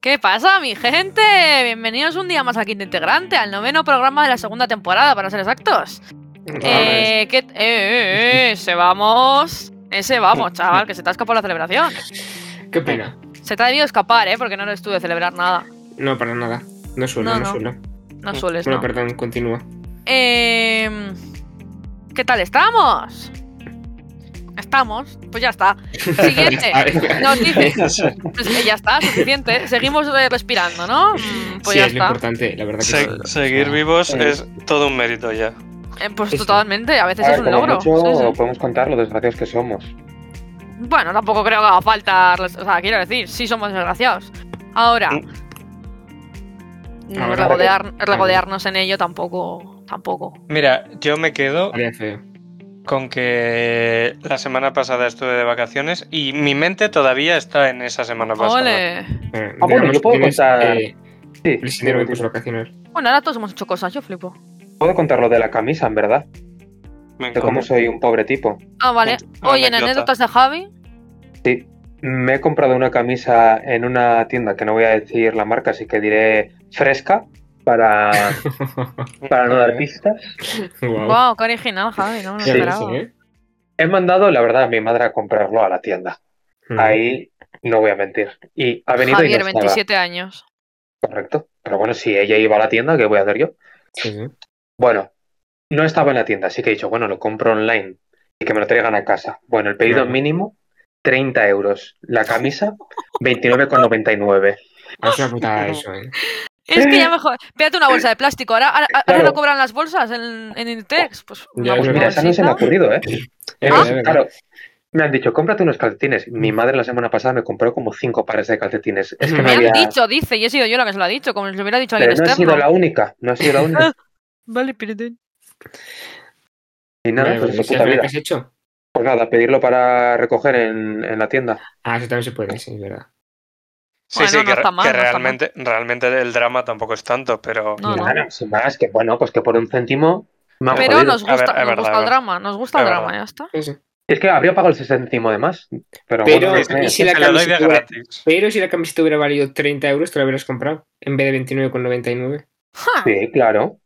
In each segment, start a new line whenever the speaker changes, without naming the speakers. ¿Qué pasa, mi gente? Bienvenidos un día más a Quinta Integrante, al noveno programa de la segunda temporada, para ser exactos. Eh, ¿qué- eh, eh, eh, ese vamos. Ese vamos, chaval, que se te ha escapado la celebración.
Qué pena.
Se te ha debido escapar, ¿eh? Porque no eres tú de celebrar nada.
No, para nada. No suelo,
No,
no,
no.
suelo.
No sueles,
Bueno,
¿no?
perdón, continúa.
Em, ¿Qué tal estamos? Estamos, pues ya está. Siguiente.
Ah,
Noticias. Pues que ya está, suficiente. Seguimos eh, respirando, ¿no? Mm, Pues
sí,
ya
es lo
está.
importante, la verdad que
Se-
sí.
seguir vivos
eh,
es todo un mérito ya.
Eh, pues
Sí, sí.
totalmente, a veces
A
es
ver,
un
como
logro. Sí,
mucho,
sí.
podemos contar lo desgraciados que somos.
Bueno, tampoco creo que haga falta. O sea, quiero decir, sí somos desgraciados. Ahora. mm,
Ahora,
regodear- regodearnos en ello tampoco. Tampoco.
Mira, yo me quedo
Estaría feo.
con que la semana pasada estuve de vacaciones y mi mente todavía está en esa semana pasada.
Ole.
Bueno,
Ah, bueno,
digamos
yo puedo
que tienes,
contar-
eh,
Sí,
el
digo,
síndrome de vacaciones.
Bueno, ahora todos hemos hecho cosas, yo flipo.
puedo contar lo de la camisa, en verdad.
Me
De cómo
encanta.
soy un pobre tipo.
Ah, vale.
Ah,
Oye, en
anécdota.
anécdotas de Javi.
Sí, me he comprado una camisa en una tienda que no voy a decir la marca, así que diré fresca para, para no dar pistas.
Guau.
Wow, qué original, Javi, no me lo
Ya
Sí,
ves,
esperaba.
¿eh?
He mandado, la verdad, a mi madre a comprarlo a la tienda.
Mm.
Ahí no voy a mentir. Y ha venido y
Javier,
no estaba.
27 años.
Correcto. Pero bueno, si ella iba a la tienda, ¿qué voy a hacer yo?
Sí, sí.
Bueno, no estaba en la tienda, así que he dicho, bueno, lo compro online y que me lo traigan a casa. Bueno, el pedido
Claro.
mínimo, 30 euros. La camisa, 29,99.
Es una
Ah.
putada eso, ¿eh?
Es que ya mejor. Pégate una bolsa de plástico. Ahora, ahora, ahora
Claro.
no cobran las bolsas en, en Inditex. Pues una
Ya,
Pues
bolsa-
mira, esa no se me ha
bolsita.
ocurrido, ¿eh?
Es
Ah,
verdad, es verdad.
Claro, me han dicho, cómprate unos calcetines. Mi madre la semana pasada me compró como cinco pares de calcetines. Es que no
Me
había...
han dicho, dice, y he sido yo la que se lo ha dicho, como si lo hubiera dicho alguien
Pero no he
externo.
sido la única, no he sido la única.
Vale, perdón.
Y nada,
Vale, bueno,
pues es
¿sí
su
es
puta
lo
vida.
que has hecho?
Pues nada, pedirlo para recoger en, en la tienda.
Ah, eso también se puede, sí, es verdad.
Sí,
Bueno,
sí,
no
que,
está mal,
que
no está mal.
realmente, realmente el drama tampoco es tanto, pero
No, no.
Nada, sin más, que bueno, pues que por un céntimo me han
Pero
jodido.
nos gusta,
Es verdad,
nos
es
gusta el
verdad.
drama, nos gusta el
Es
drama,
verdad.
ya está.
Sí, sí.
Es que habría pagado el 60 céntimo de más. Pero,
Pero
bueno,
es-
no
y
sé.
si la
te lo doy de
camiseta-
gratis.
Pero si la camiseta hubiera valido 30 euros, te la hubieras comprado en vez de 29,99.
sí, claro.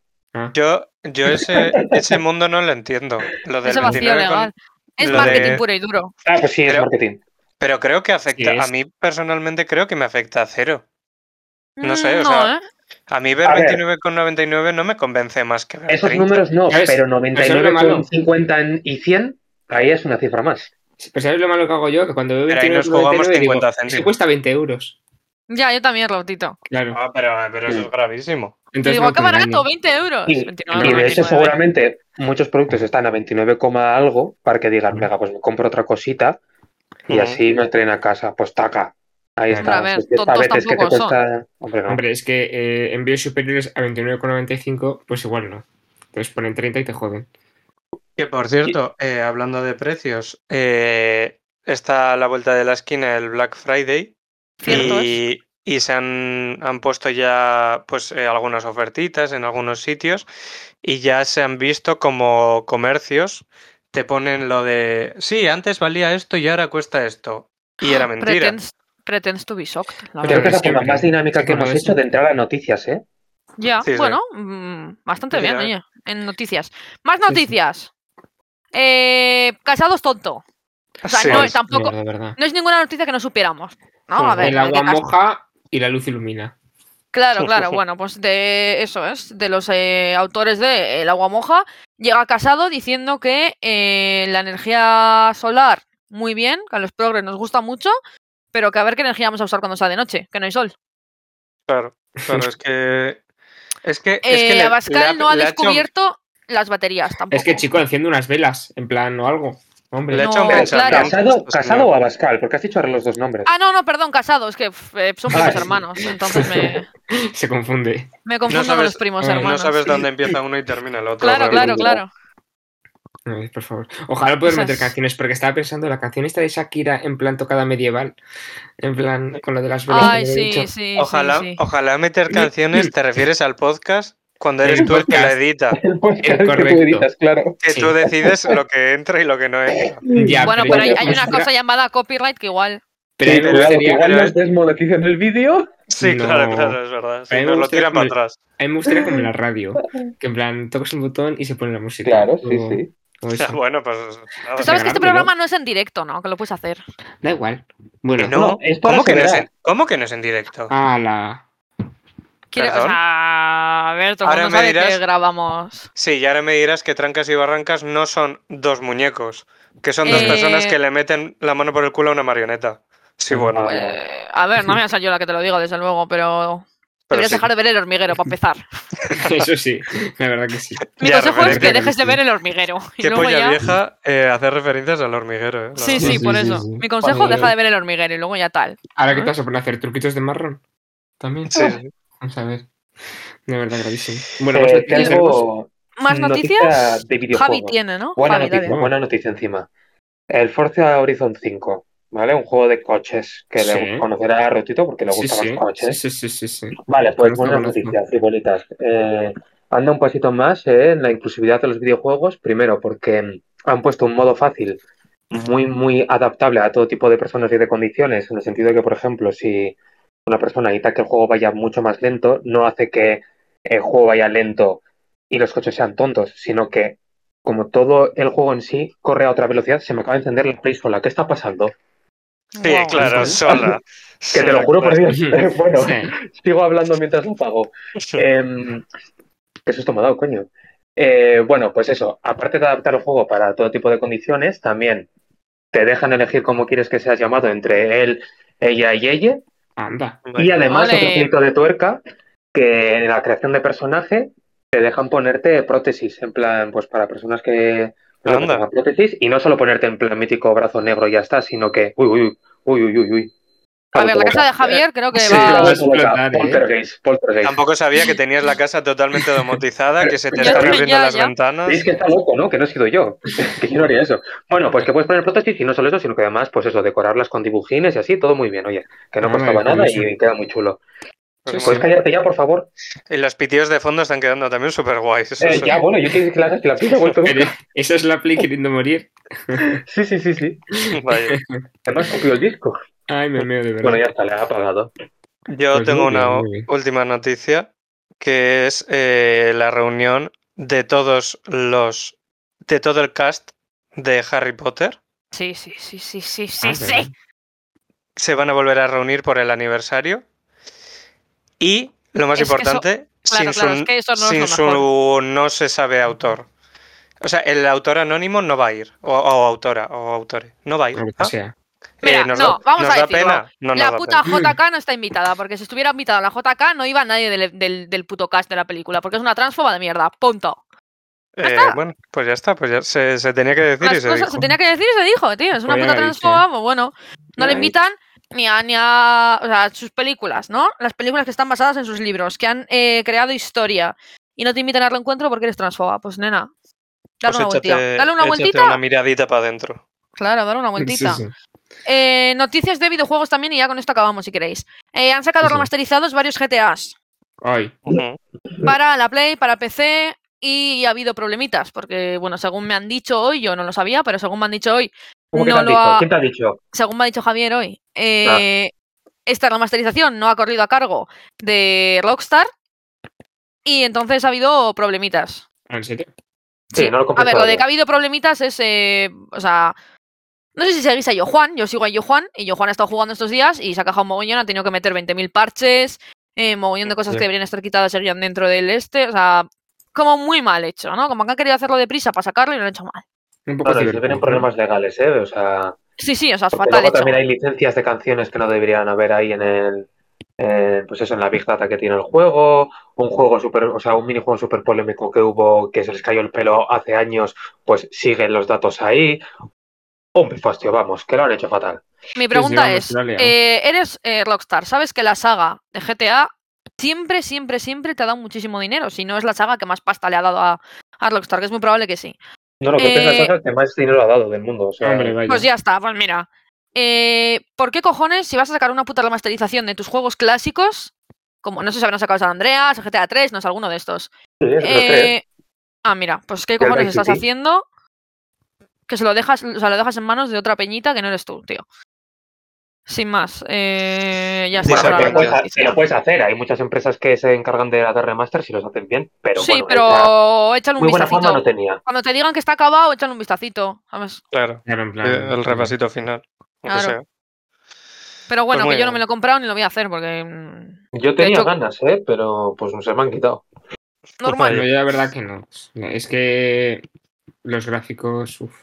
Yo, yo ese, ese mundo no lo entiendo. Lo del
Ese vacío
29 con-
legal. Es
lo
marketing
de-
puro y duro.
Ah, pues sí, es
Pero-
marketing.
Pero creo que afecta,
Sí, es.
a mí personalmente creo que me afecta a cero. No sé,
Mm,
o
no,
sea,
¿eh?
A mí ver
A ver.
29,99 no me convence más que ver
Esos
30.
números no,
¿Sabes?
pero
Eso es lo
99
malo.
con 50 en- y 100, ahí es una cifra más.
Pero ¿sabes lo malo que hago yo? Que cuando veo
Pero ahí
29,99
nos jugamos
digo,
50
"Es que
céntimos".
cuesta 20 euros.
Ya, yo también, Rautito.
Claro.
Ah, pero, pero eso es gravísimo.
Yo
Entonces pues,
digo, "Ah,
no
qué
me engaño.
barato, 20 euros.
Y,
29,
y de eso
29.
seguramente muchos productos están a 29, coma algo para que digan, venga, pues me compro otra cosita y
Ujú.
así me traen a casa. Pues taca. Ahí
Hombre,
está.
a ver,
Esos 10
tontos
pavetes que te
tampoco son.
cuesta... Hombre, no.
Hombre, es que eh, envíos superiores a 29,95, pues igual no. Entonces ponen 30 y te joden.
Que por cierto, eh, hablando de precios, eh, está a la vuelta de la esquina el Black Friday
Cierto ¿eh? es.
y, y se han, han puesto ya pues eh, algunas ofertitas en algunos sitios y ya se han visto como comercios te ponen lo de sí, antes valía esto y ahora cuesta esto. Y
Ah,
era mentira.
Pretends, pretends to be shocked, la
Pero
Creo
verdad.
que es la
siempre.
forma más dinámica que
Bueno,
hemos
eso.
hecho de entrar a noticias, ¿eh?
Ya,
Sí, sí.
bueno, mm, bastante
Sí,
bien,
sí,
oye, en noticias. Más
sí.
noticias. Eh, casados tonto. O sea,
Sí.
no,
Pues,
tampoco-
mierda, verdad.
No es ninguna noticia que no supiéramos. No, a
Joder,
ver,
el
hay que
agua
cas-
moja y la luz ilumina.
Claro, claro, bueno, pues de eso es, de los eh, autores de El agua moja, llega Casado diciendo que eh, la energía solar, muy bien, que a los progres nos gusta mucho, pero que a ver qué energía vamos a usar cuando sea de noche, que no hay sol.
Claro, claro, es que. Es que. es
Eh,
que le-
Abascal
le ha-
no ha
le hecho-
descubierto las baterías tampoco.
Es que, chico, enciende unas velas, en plan, o algo. Hombre,
le ha
No,
hecho un
Oh, claro.
pensamiento,
¿Casado,
esto,
casado
señor.
o Abascal? Porque has dicho ahora los dos nombres.
Ah, no, no, perdón, Casado, es que pf, eh, son
Ah,
primos
sí.
hermanos, entonces me,
se confunde.
me confundo con
sabes-
los primos
no
Mm, No
hermanos.
sabes dónde empieza uno y termina el otro.
Claro, claro,
realmente.
claro.
Ay, eh, por favor. Ojalá puedas
Esas-
meter canciones, porque estaba pensando la canción esta de Shakira en plan tocada medieval. En plan, con lo de las velas. que
Ay,
me había
sí,
dicho.
sí,
Ojalá,
sí, sí.
ojalá meter canciones, te refieres al podcast cuando
El
eres tú el que la
podcast.
edita.
El podcast Pues que tú
correcto.
editas, claro.
Que
Sí.
tú decides lo que entra y lo que no entra.
Ya,
Bueno,
pero
pero hay,
yo creo
hay
que
una
Shakira-
cosa llamada copyright que igual.
Pero a mí me
cuidado, que
gustaría-
igual
pero
nos
es-
desmonetizan el vídeo.
Sí,
No.
claro, claro, es verdad. Sí,
A mí me
nos lo
gustaría
tiran
como
para
el-
atrás.
A mí me gustaría como en la radio, que en plan tocas un botón y se pone la música.
Claro, sí,
O-
sí.
o
O sea,
eso.
bueno, pues. nada.
Tú sabes que este
Regalártelo.
programa no es en directo, ¿no? Que lo puedes hacer.
Da igual. Bueno,
Que no.
es para
¿Cómo que no es
esperar.
en, cómo que no es en directo?
a la.
Quiero- o
Perdón.
sea, a ver, todo el
Ahora
mundo
me
sabe que
dirás-
grabamos.
Sí, y ahora me dirás que Trancas y Barrancas no son dos muñecos, que son dos
Eh.
personas que le meten la mano por el culo a una marioneta. Sí, bueno.
Ah,
Eh, a ver, no me vas a yo la que te lo digo, desde luego, pero.
pero
Deberías
sí.
dejar de ver el hormiguero para empezar.
Eso sí, la verdad que sí.
Mi
Ya,
consejo es que
referencia,
dejes de
sí.
ver el hormiguero. Y
Qué
luego
polla
ya...
vieja eh, hacer referencias al hormiguero, ¿eh? La
Sí,
verdad.
sí,
Sí,
por
sí,
eso.
sí.
Mi consejo,
Cuando-
deja de ver el hormiguero y luego ya tal.
Ahora que te vas a poner a hacer truquitos de marrón. También.
Sí, sí.
Vamos a ver. De verdad, gravísimo.
Bueno,
Bueno, pues, más
eh,
noticias, ¿no?
tengo
¿Más
noticia
noticias?
de
Javi
videojuegos.
tiene, ¿no?
Buena
Javi,
noticia,
dale.
dale.
buena noticia encima. El Forza Horizon 5, ¿vale? Un juego de coches que
Sí.
le conocerá a Rotito porque le
sí,
gustan
sí,
los coches.
sí, sí, sí, sí.
Vale, pues
Conozco,
buenas
conozco.
noticias, frijolitas. Eh, anda un pasito más eh, en la inclusividad de los videojuegos, primero porque mm, han puesto un modo fácil, muy, muy adaptable a todo tipo de personas y de condiciones, en el sentido de que, por ejemplo, si una persona necesita que el juego vaya mucho más lento, no hace que el juego vaya lento y los coches sean tontos, sino que como todo el juego en sí corre a otra velocidad, se me acaba de encender la Play sola. ¿Qué está pasando?
Sí,
Guau.
claro,
Sí.
sola.
Que te lo juro por Dios. bueno,
Sí.
sigo hablando mientras lo pago. Em, que susto me ha dado, coño. Eh, bueno, pues eso, aparte de adaptar el juego para todo tipo de condiciones, también te dejan elegir cómo quieres que seas llamado entre él, ella y ella.
Anda.
Y además
Ole.
otro punto de tuerca, que en la creación de personaje te dejan ponerte prótesis, en plan, pues para personas que... pues,
Anda.
que tengan prótesis, y no solo ponerte en plan mítico brazo negro y ya está, sino que... Uy, uy, uy, uy, uy, uy.
A ver, la casa de Javier creo que
Sí,
va.
la
Cabeza
vas a
loca,
explotar, ¿eh?
poltergeist, poltergeist.
Tampoco sabía que tenías la casa totalmente domotizada, que se te
Ya,
están
ya,
abriendo las
ya.
ventanas.
Es que está loco, ¿no? Que no he sido yo. que yo no haría eso. Bueno, pues que puedes poner prótesis y no solo eso, sino que además, pues eso, decorarlas con dibujines y así, todo muy bien, oye. Que no
Nada,
costaba
que
nada
eso.
y queda muy chulo.
Ah, Sí,
Pues
sí.
cállate ya, por favor.
Y los pitidos de fondo están quedando también súper guays.
Eh, ya, bueno, yo te dije que la hagas, que la pilla, vuelto.
Pero Esa es la play queriendo morir.
Sí, sí, sí, sí. Además, copió el disco.
Ay, me meo de verdad.
Bueno, ya está, le ha apagado.
Yo
Pues
tengo
muy bien,
una
muy bien.
última noticia, que es eh, la reunión de todos los, de todo el cast de Harry Potter.
Sí, sí, sí, sí, sí,
Ah,
sí,
¿verdad?
sí.
Se van a volver a reunir por el aniversario. Y lo más
Es que eso-
importante,
claro,
sin,
claro,
su,
es que eso no es
sin
lo
su no se sabe autor. O sea, el autor anónimo no va a ir, o, o autora, o autore, no va a ir.
Lo que
Ah,
sea.
Mira,
nos
no,
da,
vamos
nos
a
da
decirlo.
pena. No nos
La
da
puta
pena.
JK no está invitada, porque si estuviera invitada la JK no iba nadie del, del, del puto cast de la película, porque es una transfoba de mierda. Punto.
pena. Eh, bueno, pues ya está, pues ya se, se tenía que decir y
Las
se
cosas
dijo.
se tenía que decir y se dijo, tío. Es una
Podían
puta
haber dicho.
transfoba, pues bueno. No le
Ay.
invitan ni a, ni a, o sea, sus películas, ¿no? Las películas que están basadas en sus libros, que han eh, creado historia y no te invitan al reencuentro porque eres transfoba. Pues nena, dale
Pues
una vueltita.
échate-
Dale una
échate
vueltita.
una miradita para adentro.
Claro, dale una vueltita.
Sí, sí.
Eh, noticias de videojuegos también y ya con esto acabamos si queréis. Eh, han sacado
Sí, sí.
remasterizados varios GTAs
Ay,
para la Play, para PC y ha habido problemitas porque, bueno, según me han dicho hoy, yo no lo sabía, pero según me han dicho hoy,
¿Cómo que
No
te han
lo
dicho?
ha-
¿Quién te ha dicho?
según me ha dicho Javier hoy, eh, esta remasterización no ha corrido a cargo de Rockstar y entonces ha habido problemitas.
¿en serio?
Sí, no lo
A ver, lo de
todavía.
que ha habido problemitas es, eh, o sea, no sé si seguís a Johan, yo sigo a Johan y Johan ha estado jugando estos días y se ha cajado un mogollón, ha tenido que meter 20.000 parches, eh, mogollón de cosas
Sí.
que deberían estar quitadas seguían dentro del este, o sea, como muy mal hecho, ¿no? Como que han querido hacerlo deprisa para sacarlo y lo han hecho mal.
Un poco
Bueno, y se
divertido.
vienen problemas legales, ¿eh? O sea,
Sí, sí, o sea, es Pues
porque
fatal
luego
hecho.
también hay licencias de canciones que no deberían haber ahí en el... eh, pues eso, en la Big Data que tiene el juego, un juego súper, o sea, un minijuego súper polémico que hubo, que se les cayó el pelo hace años, pues siguen los datos ahí. Un pifostio, vamos, que lo han hecho fatal.
Mi pregunta
vamos,
es,
dale, ah.
eh, eres eh, Rockstar, sabes que la saga de GTA siempre, siempre, siempre te ha dado muchísimo dinero, si no es la saga que más pasta le ha dado a, a Rockstar, que es muy probable que sí.
No, lo que es
Eh,
la saga que más dinero ha dado del mundo, o sea,
Hombre, vaya.
Pues ya está, pues mira. Eh, ¿Por qué cojones, si vas a sacar una puta remasterización de tus juegos clásicos, como no sé si habrán sacado San Andreas, el GTA 3, no sé, alguno de estos?
sí, es lo que es.
Eh, ah, mira, pues ¿qué
Del
cojones
Vice
estás
City.
haciendo? Que se lo dejas, o sea, lo dejas en manos de otra peñita que no eres tú, tío. Sin más. eh, ya está.
Bueno,
por
Esa
que
ahora.
lo, puedes,
realidad.
ha- que lo puedes hacer. Hay muchas empresas que se encargan de hacer remasters y los hacen bien, pero
sí,
bueno, esta
pero échale un
muy buena
vistacito.
forma no tenía.
Cuando te digan que está acabado, échale un vistacito. ¿sabes?
Claro,
Claro, en plan-
eh, el repasito final. aunque
Claro.
sea.
Pero bueno,
muy
que yo no
bien.
me lo he comprado ni lo voy a hacer porque. mm,
Yo tenía
hecho-
ganas, ¿eh? pero pues no se me han quitado.
Normal.
No, yo la verdad que no. Es que los gráficos. uf.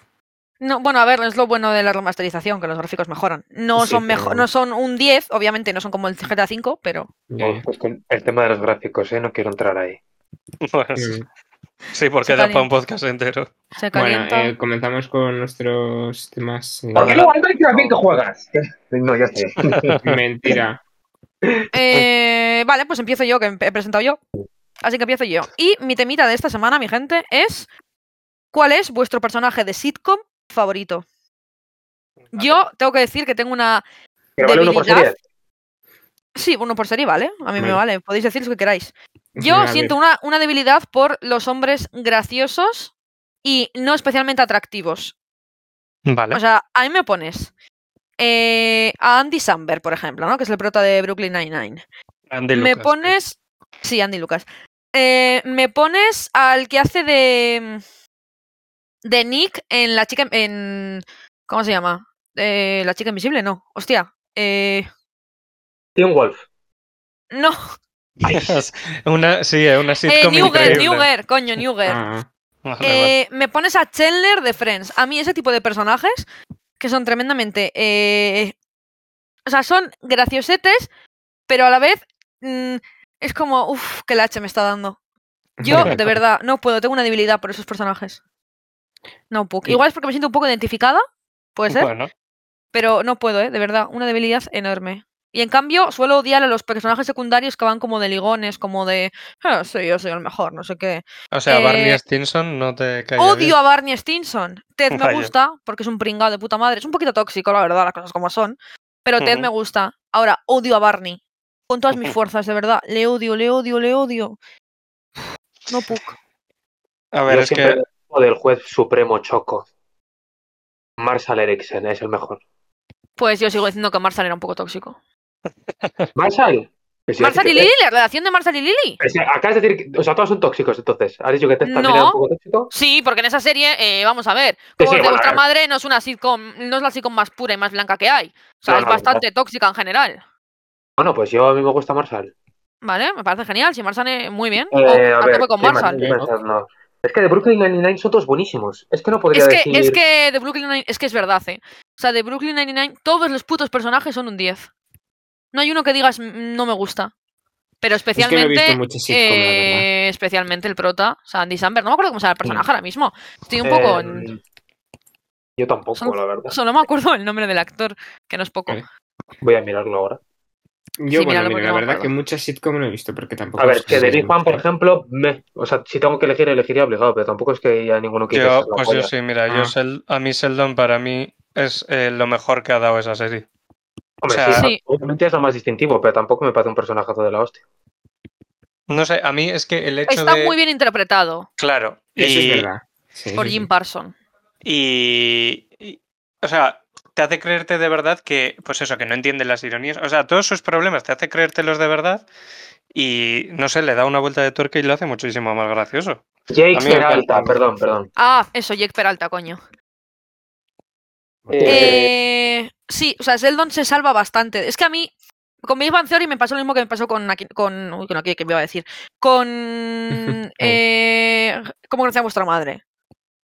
No, bueno, a ver, es lo bueno de la remasterización, que los gráficos mejoran. No
Sí,
son
pero-
mejor, no son un 10, obviamente no son como el GTA V, pero.
Ya, ya.
Pues con el tema de los gráficos, ¿eh? no quiero entrar ahí.
Bueno,
Sí.
sí, porque
Sí,
da
también.
para un podcast entero.
Se
Bueno,
calienta.
eh, comenzamos con nuestros temas. eh,
¿Por qué
Porque
no
luego
bien que juegas? No, ya sé.
mentira.
Eh, vale, pues empiezo yo, que he presentado yo. Así que empiezo yo. Y mi temita de esta semana, mi gente, es ¿cuál es vuestro personaje de sitcom favorito? Yo tengo que decir que tengo una...
Pero vale uno por
Debilidad.
serie.
Sí, uno por serie, ¿vale? A mí me
Vale.
vale, podéis decir lo que queráis. Yo
Vale.
siento una, una debilidad por los hombres graciosos y no especialmente atractivos.
Vale.
O sea, a mí me pones eh, a Andy Samberg, por ejemplo, ¿no? Que es el prota de Brooklyn Nine-Nine.
Andy
me
Lucas,
pones. Sí, Andy Lucas. Eh, me pones al que hace de. De Nick en la chica. en ¿Cómo se llama? Eh, la chica invisible, no. Hostia. Eh,
Teen Wolf.
no.
una, sí, eh, una
Eh,
sitcom
Newger,
increíble.
Newger, coño, Newger.
Ah,
Vale, vale.
Eh, me pones a Chandler de Friends. A mí ese tipo de personajes que son tremendamente... eh, o sea, son graciosetes, pero a la vez mm, es como, uff, qué lache me está dando. Yo, de verdad, no puedo. Tengo una debilidad por esos personajes. No puedo.
Y-
Igual es porque me siento un poco identificada, puede ser,
Bueno,
pero no puedo, ¿eh? De verdad, una debilidad enorme. Y en cambio, suelo odiar a los personajes secundarios que van como de ligones, como de, "Ah, sí, yo soy el mejor, no sé qué.
o sea,
eh,
Barney Stinson no te cae
Odio a Barney Stinson. Ted me
Vaya.
gusta porque es un pringado de puta madre. Es un poquito tóxico, la verdad, las cosas como son. Pero Ted
Ujú.
me gusta. Ahora, odio a Barney. Con todas mis fuerzas, de verdad. Le odio, le odio, le odio. No puc.
A
A
ver, es que
del juez supremo Choco. Marshall Eriksen es el mejor.
Pues yo sigo diciendo que Marshall era un poco tóxico.
¿Marshall? Que si-
Marshall y
eh,
Lily, la relación de Marshall y Lily.
o sea, Acabas de decir que o sea, todos son tóxicos, entonces. ¿Has dicho que Ted también
No.
era un poco tóxico?
Sí, porque en esa serie, eh, vamos a ver,
Sí, sí,
como de
bueno,
vuestra
eh.
madre no es una sitcom, no es la sitcom más pura y más blanca que hay. O sea,
No,
es
no, no.
bastante tóxica en general.
Bueno, pues yo a mí me gusta Marshall.
¿Vale? Me parece genial. Si Marshall, eh, muy bien. O
Eh,
a
a ver,
tope con
¿qué más-
Marshall.
qué más? No. Es que de Brooklyn Nine-Nine son todos buenísimos. Es que no podría
Es que,
decir...
es que de Brooklyn Nine, es que es verdad, eh. O sea, de Brooklyn 99 todos los putos personajes son un 10. No hay uno que digas "Mm, no me gusta. Pero
es que no he
especialmente
visto muchas sitcom, la verdad.
eh, especialmente el prota, o sea, Andy Samberg, no me acuerdo cómo se llama el personaje ahora mismo. Estoy un
eh,
poco en-
Yo tampoco,
Son-
la verdad.
solo me acuerdo el nombre del actor, que no es poco.
Vale.
Voy a mirarlo ahora.
Yo,
sí,
bueno,
míralo
mira,
porque
la
no me
verdad
acuerdo.
que muchas sitcom no he visto porque tampoco.
A ver,
es
que de Big
Juan,
Bang, por ejemplo, me- o sea, si tengo que elegir, elegiría obligado, pero tampoco es que haya ninguno que
yo, pues yo
polla.
sí, mira, yo
Ah.
Sel- a mí Sheldon para mí es eh, lo mejor que ha dado esa serie. o
Hombre,
sea-
Sí.
sí, obviamente es lo más distintivo, pero tampoco me parece un personajazo de la hostia.
No sé, a mí es que el hecho
Está
de...
muy bien interpretado
Claro.
Eso
y-
es verdad. Sí,
por
sí, sí.
Jim Parson.
Y, y- O sea, te hace creerte de verdad que. Pues eso, que no entiende las ironías. O sea, todos sus problemas te hace creértelos de verdad. Y no sé, le da una vuelta de tuerca y lo hace muchísimo más gracioso. A
Jake
mí me
Peralta,
encanta.
perdón, perdón.
Ah, eso, Jake Peralta, coño.
Eh,
Eh, sí, o sea, Sheldon se salva bastante. Es que a mí, con Big Bang Theory me pasó lo mismo que me pasó con aquí, con, uy, con aquí, que me iba a decir, con, eh, ¿cómo conocí a vuestra madre?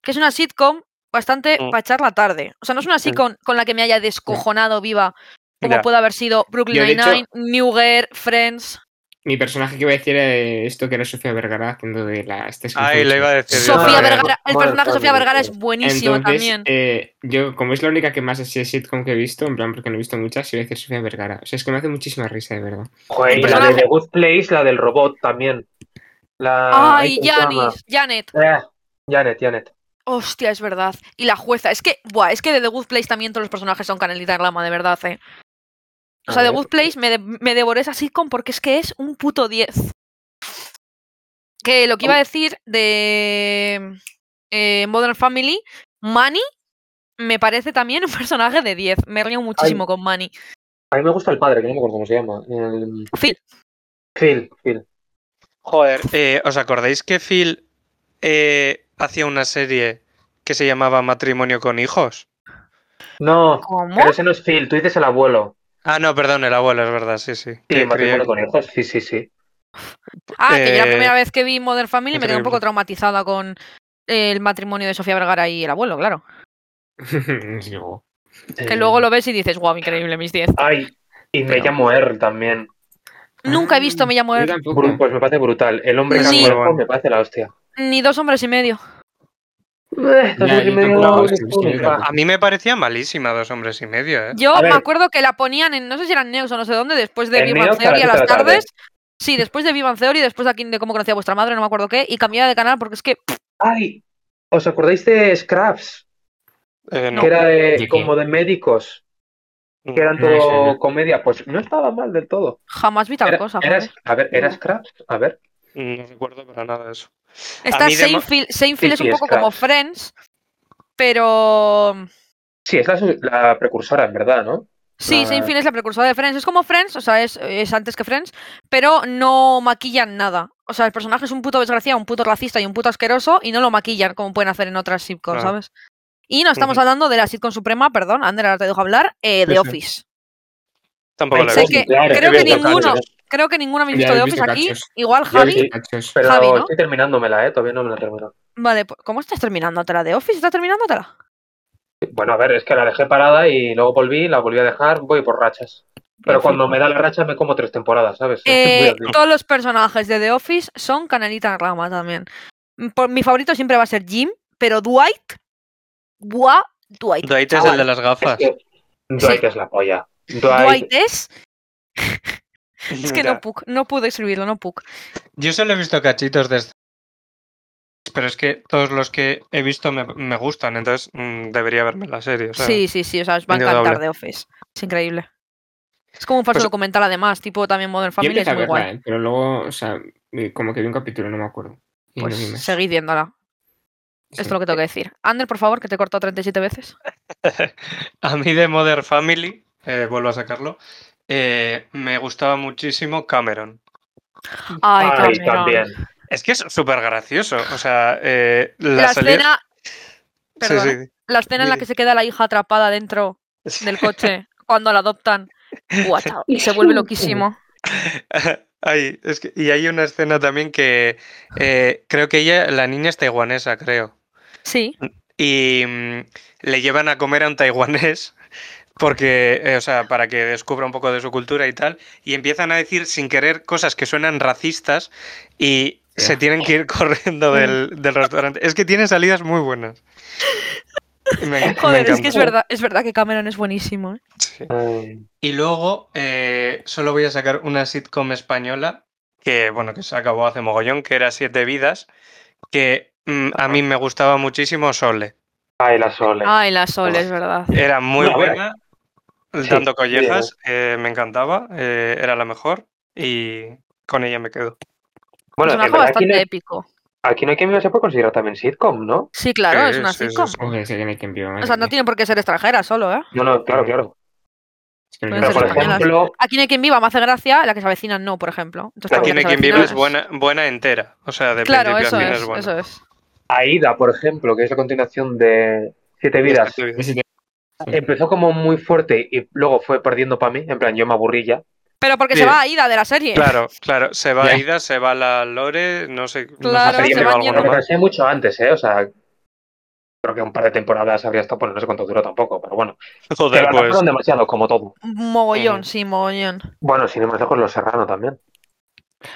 Que es una sitcom bastante
Mm.
para echar la tarde. O sea, no es una sitcom con la que me haya descojonado viva, como
Ya.
puede haber sido Brooklyn
Yo, de hecho-
Nine-Nine, Newger, Friends,
Mi personaje que iba a decir era esto que era Sofía Vergara haciendo de la. este Esta es que no
Ay, le
sé.
iba a decir. yo
Sofía
no,
también.
Vergara. El
bueno,
personaje de
está
Sofía
bien,
Vergara es
sí.
buenísimo
Entonces,
también.
eh, yo, como es la única que más así es sitcom que he visto, en plan, porque no he visto muchas, iba a decir Sofía Vergara. O sea, es que me hace muchísima risa, de verdad.
joder,
el
y la de
personaje-
The Good Place, la del robot también. La,
Ay,
ah, ¿cómo se llama?
Janis, Janet.
Eh, Janet, Janet.
Hostia, es verdad. Y la jueza. Es que, buah, es que de The Good Place también todos los personajes son canelita de lama, de verdad, eh. O
A
sea, The
ver.
Good Place me, de- me devoré esa sitcom porque es que es un puto 10. Que lo que iba a decir de eh, Modern Family, Manny me parece también un personaje de 10. Me río muchísimo con Manny.
A mí me gusta el padre, que no me acuerdo cómo se llama. El-
Phil.
Phil, Phil.
Joder, eh, ¿os acordáis que Phil eh, hacía una serie que se llamaba Matrimonio con hijos?
No,
¿Cómo?
pero ese no es Phil, tú dices el abuelo.
Ah, no, perdón, el abuelo, es verdad, sí, sí.
Sí,
Que
matrimonio
creía-
con hijos, sí, sí, sí.
Ah, que yo la
eh,
primera vez que vi Modern Family me quedé un
increíble.
poco traumatizada con el matrimonio de Sofía Vergara y el abuelo, claro.
Sí, luego.
Eh.
Que luego lo ves y dices, guau, increíble, mis 10.
Ay, y me
Pero-
llamo R también. Ah.
Nunca he visto Me llamo
Yo
Earl,
tampoco.
Bru- Pues me parece brutal. El hombre
Sí.
cangrejo me parece la hostia.
ni dos hombres y medio.
Eh, dos
Ya,
hombres y
yo
medio,
tampoco la
es
hostia, sí,
única.
tampoco.
A mí me parecía malísima dos hombres y medio, ¿eh?
Yo
A
me
ver.
acuerdo que la ponían en, no sé si eran Neus o no sé dónde, después de
En
Vivan
Neus a las
Theory a
siete
las
de la tarde.
tardes. Sí, después de Vivan Theory, después de, aquí, de cómo conocía a vuestra madre, no me acuerdo qué, y cambiaba de canal porque es que
Ay, ¿os acordáis de Scraps?
Eh, no.
Que era de-
¿De qué?
como de médicos, que eran
No me
todo
suena.
comedia. Pues no estaba mal del todo.
jamás vi tal
Era-
cosa.
era-
joder.
a ver, ¿era Scraps? A ver.
No recuerdo para nada eso.
Está
mí de mo-
Seinfeld, Seinfeld
Sí,
es un
sí,
poco
Scraps.
como Friends, pero...
Sí, es la, su- la precursora, en verdad, ¿no?
Sí,
Ah.
Seinfeld es la precursora de Friends. Es como Friends, o sea, es, es antes que Friends, pero no maquillan nada. O sea, el personaje es un puto desgraciado, un puto racista y un puto asqueroso y no lo maquillan como pueden hacer en otras sitcoms,
Ah.
¿sabes? Y no estamos
Ujú.
hablando de la sitcom suprema, perdón, Ander, ahora te dejo hablar, eh,
Sí,
de
sí.
Office.
Tampoco la he
sé
visto.
que- creo que ninguno, creo que ninguno habéis
Ya
visto
he
de Office
visto
aquí.
cachos.
Igual
Yo he
Javi.
visto-
Cachos.
Pero
Javi, ¿no?
estoy terminándomela, ¿eh? Todavía no me la he terminado.
Vale, pues, ¿cómo estás terminándotela de Office? ¿Estás terminándotela?
Bueno, a ver, es que la dejé parada y luego volví, la volví a dejar, voy por rachas. Pero cuando me da la racha me como tres temporadas, ¿sabes? Voy
Eh,
al día.
todos los personajes de The Office son canalita en rama también. Mm, por- mi favorito siempre va a ser Jim, pero Dwight. Buah, Dwight.
Dwight es el
chaval.
de las
Es
gafas.
que Dwight es la polla. Dwight,
Dwight es. Es que
Mira,
no, puc, no pude escribirlo, no puc.
Yo solo he visto cachitos de este- Pero es que todos los que he visto me, me gustan, entonces mm, debería verme la serie. o sea.
sí, sí, sí, o sea, os va a
indudable.
encantar The Office. Es increíble. Es como un falso
Pues-
documental además, tipo también Modern
Yo
Family, es
empecé a
muy
verla,
guay.
eh, pero luego, o sea, eh, como que vi un capítulo, no me acuerdo. Y
Pues
no vi más.
seguid viéndola. Esto
Sí.
es lo que tengo que decir. Ander, por favor, que te he cortado 37 veces.
A mí de Mother Family, eh, vuelvo a sacarlo, eh, me gustaba muchísimo Cameron.
Ay,
Ay,
Cameron.
también.
Es que es súper gracioso. O sea, eh, la,
La,
serie-
escena,
Sí,
perdón,
sí.
¿eh? la escena en la
Sí.
que se queda la hija atrapada dentro del coche cuando la adoptan. Buah, chao, y se vuelve loquísimo.
Ay, es que- y hay una escena también que eh, creo que ella, la niña es taiwanesa, creo.
Sí.
Y mm, le llevan a comer a un taiwanés porque, eh, o sea, para que descubra un poco de su cultura y tal. Y empiezan a decir sin querer cosas que suenan racistas y
Ya.
se tienen que ir corriendo del, del restaurante. Es que tiene salidas muy buenas. Y me- me
Joder, es que
encanta.
es verdad, es verdad que Cameron es buenísimo. ¿eh?
Sí.
Ay,
Y luego eh, solo voy a sacar una sitcom española que, bueno, que se acabó hace mogollón, que era Siete Vidas, que mm, a mí me gustaba muchísimo Sole.
Ay, la Sole.
Ay, la Sol, es verdad.
Era muy
No, a ver,
buena,
sí,
dando collejas, eh, me encantaba, eh, era la mejor y con ella me quedo.
Bueno, en
Personaje
verdad aquí no,
bastante
hay,
épico.
aquí no hay quien viva se puede considerar también sitcom, ¿no?
Sí, claro,
Sí,
es una
sí, sí,
sitcom.
sí.
Joder, ese que no hay quien viva,
O
madre
sea, no
mía.
tiene por qué ser extranjera solo, ¿eh?
No, no, claro, claro.
Es que no
Pueden
Pero
hay
ser
por
quien viva.
españolas.
ejemplo,
Aquí no hay quien viva, me hace gracia, la que se avecina no, por ejemplo. Entonces, claro,
Claro,
Aquí no hay
la que se
quien viva
avecina
es buena, buena entera, o sea, de
Claro,
principio
eso
a fin
es,
es buena.
eso es.
Aida, por ejemplo, que es la continuación de Siete Vidas,
Siete vidas.
Ese te-
empezó como muy fuerte y luego fue perdiendo para mí. En plan, yo me aburrí ya.
Pero porque
Sí.
se va a ida de la serie.
Claro, claro, se va
Ya.
Ida, se va la Lore, no sé, no sé
Claro,
si
se
lleva
van
alguno
Pero
yendo.
me
más.
cansé mucho antes, ¿eh? O sea, creo que un par de temporadas habría estado, bueno, no sé cuánto duró tampoco, pero bueno.
Joder,
Pero la
pues.
fueron demasiado, como todo.
Mogollón,
Ujú.
sí, mogollón.
Bueno, sin ir más lejos, Los Serrano también.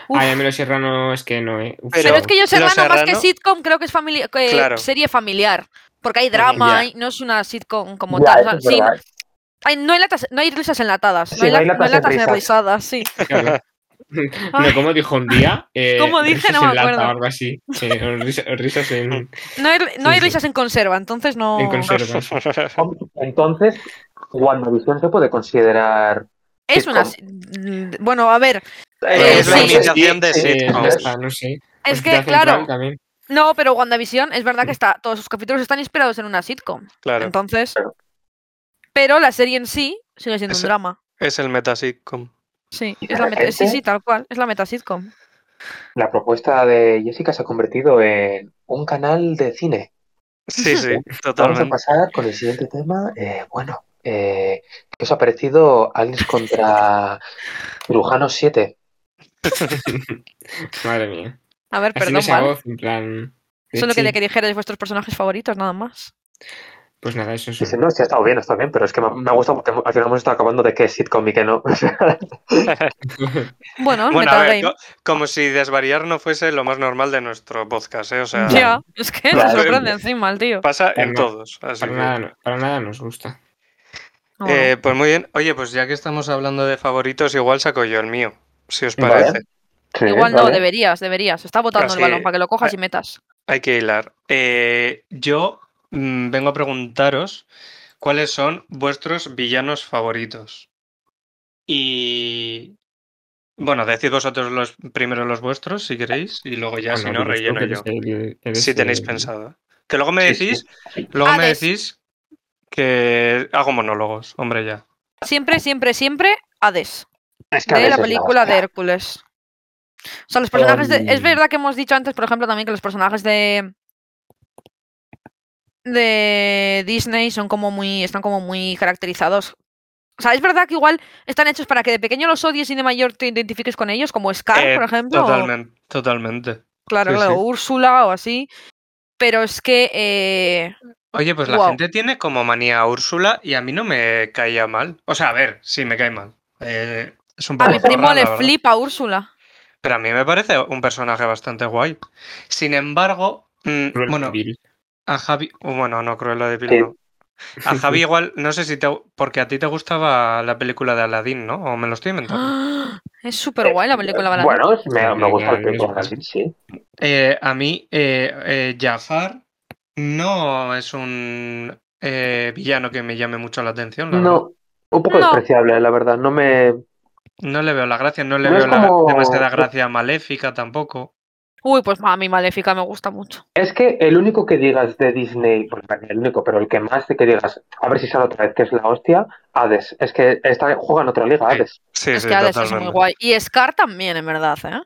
Uf.
Ay, a mí los serrano es que no, eh. Uf,
Pero-
Pero es que yo
Los
Serrano, más que
Serrano-
sitcom, creo que es famili- que
Claro.
serie familiar. Porque hay drama,
Ya.
hay- no es una sitcom como
Ya,
tal. o
eso
sea,
es
sí,
verdad.
hay- no, hay latas, no hay risas enlatadas.
Sí,
no, hay
no hay
la- no hay
latas
latas
en risas.
enrisadas, sí.
claro.
Ay.
No, como dijo un día. Eh,
Como dije, no
risas
me
en lata
acuerdo.
o algo así. Eh, o risa- o risas en,
No hay, no
Sí,
hay
sí.
risas en conserva, entonces no.
en conserva. sí.
¿eh? Entonces, WandaVision se puede considerar.
Es una. si- mm, Bueno, a ver, Eh,
Pues es la
sí.
iniciación de
Sí, sí,
sitcom.
ya está, no sé.
Pues
es que,
Hospital Central
claro,
también.
no, pero WandaVision es verdad que está, todos sus capítulos están inspirados en una sitcom.
Claro.
Entonces.
Claro.
Pero la serie en sí sigue siendo un
Ese-
drama.
Es el metasitcom.
Sí,
Y
es
de
la meta- sí,
repente-
sí, tal cual. Es la meta sitcom.
La propuesta de Jessica se ha convertido en un canal de cine.
Sí, sí,
Vamos a
totalmente.
pasar con el siguiente tema. Eh, bueno, eh, ¿qué os ha parecido Aliens contra Cirujanos 7?
Madre mía.
A ver,
Así
perdón,
esa
¿vale?
voz, en plan. de
Solo quería
chill.
que dijerais vuestros personajes favoritos, nada más.
Pues nada, eso es.
Dice, no, sí, ha estado bien, ha estado bien, pero es que me, me ha gustado porque al final hemos estado acabando de qué es sitcom y qué no.
Bueno,
Bueno, a ver,
Metagame.
co- como si desvariar no fuese lo más normal de nuestro podcast, ¿eh? O sea,
Ya, es que
Claro.
nos sorprende encima el tío.
pasa en
Venga.
todos. así
para,
que-
nada, no- para nada nos gusta.
No,
Eh, pues muy bien. Oye, pues ya que estamos hablando de favoritos, igual saco yo el mío, si os
Vale.
parece.
Sí,
Igual no,
vale.
deberías, deberías. Está botando
Casi-
el balón para que lo cojas y metas.
Hay que hilar. Eh, yo mm, vengo a preguntaros cuáles son vuestros villanos favoritos. Y bueno, decid vosotros los primero los vuestros, si queréis, y luego ya,
Ah,
si no,
dices tú
relleno
que eh,
yo.
eres el- eres
Si tenéis
el-
pensado. Que luego me
Sí, sí.
decís, luego me
Hades.
decís que hago monólogos, hombre, ya.
Siempre, siempre, siempre, Hades.
Es que a
De la
veces
película de Hércules. O sea, los personajes de... Es
Em.
verdad que hemos dicho antes, por ejemplo, también que los personajes de... De Disney son como muy... Están como muy caracterizados. O sea, es verdad que igual están hechos para que de pequeño los odies y de mayor te identifiques con ellos, como Scar,
Eh,
por ejemplo. o-
Totalmente, totalmente.
Claro,
Sí,
claro,
sí.
Úrsula o así. Pero es que... eh,
Oye, pues la
Guau.
gente tiene como manía a Úrsula y a mí no me caía mal. O sea, a ver, sí me cae mal. Eh, es un
a
poco
mi primo
zorra,
le
la verdad.
flipa Úrsula.
Pero a mí me parece un personaje bastante guay. Sin embargo, mm,
Cruel
bueno,
Bill.
a Javi. uh, Bueno, no, Cruella de Vil
Sí.
no. A Javi igual, no sé si te. Porque a ti te gustaba la película de Aladdin, ¿no? O me lo estoy inventando.
¡Ah! Es súper guay la película Baladí.
Bueno, me, me
Vale,
gusta el
vale,
película,
vale.
sí, sí.
Eh, a mí, eh, eh, Jafar no es un eh, villano que me llame mucho la atención. la verdad.
No, un poco
No.
despreciable, la verdad. No me.
No le veo la gracia, no le
No es
veo la,
como-
demasiada gracia maléfica tampoco.
Uy, pues a mí Maléfica me gusta mucho.
Es que el único que digas de Disney, bueno, el único, pero el que más te que digas, a ver si sale otra vez, que es la hostia, Hades. Es que está, juega en otra liga, Hades.
Sí,
es que Hades es muy guay. Y Scar también, en verdad, ¿eh?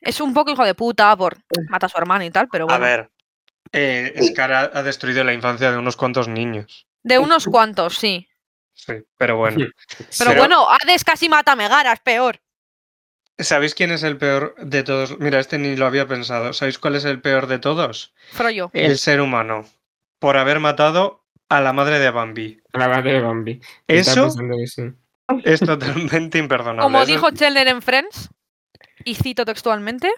Es un poco hijo de puta por mata a su hermana y tal, pero
A
bueno.
ver, eh,
Sí.
Scar ha, ha destruido la infancia de unos cuantos niños.
De unos cuantos, sí.
Sí, pero bueno.
Pero,
Pero-
bueno, Hades casi mata a Megara, es peor.
¿Sabéis quién es el peor de todos? Mira, este ni lo había pensado. ¿Sabéis cuál es el peor de todos?
Froyo.
El ser humano. Por haber matado a la madre de Bambi.
La madre de Bambi. Estaba
Eso
pensando que sí.
es totalmente imperdonable. ¿eh?
Como
Eso-
dijo Chandler en Friends, y cito textualmente,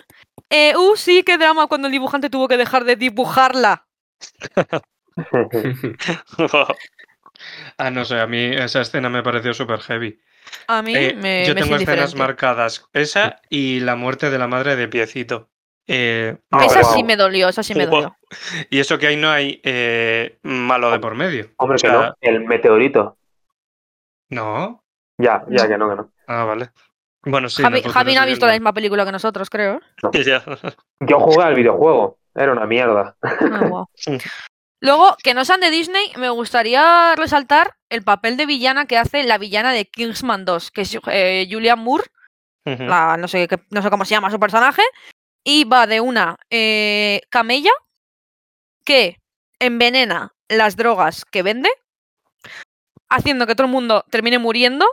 eh, ¡Uh, sí, qué drama cuando el dibujante tuvo que dejar de dibujarla!
ah, no sé, a mí esa escena me pareció súper heavy.
A mí
Eh,
me,
yo
me es
tengo escenas
indiferente.
marcadas. Esa y la muerte de la madre de Piecito. Eh,
Ah,
Esa
Wow.
sí me dolió, esa sí me
Wow.
dolió.
Y eso que ahí no hay eh, malo de por medio.
Hombre,
O
que
sea,
no, el meteorito.
No.
Ya, ya, que no, que no.
Ah, vale. Bueno, sí.
Javi,
nosotros
Javi no ha
sí
visto la misma película que nosotros, creo. ¿eh?
Ya.
Yo jugué al videojuego, era una mierda.
Ah, guau.
Sí.
Luego, que no sean de Disney, me gustaría resaltar el papel de villana que hace la villana de Kingsman 2, que es eh, Julia Moore,
Ujú.
la- no, sé, qué- no sé cómo se llama su personaje, y va de una eh, camella que envenena las drogas que vende, haciendo que todo el mundo termine muriendo,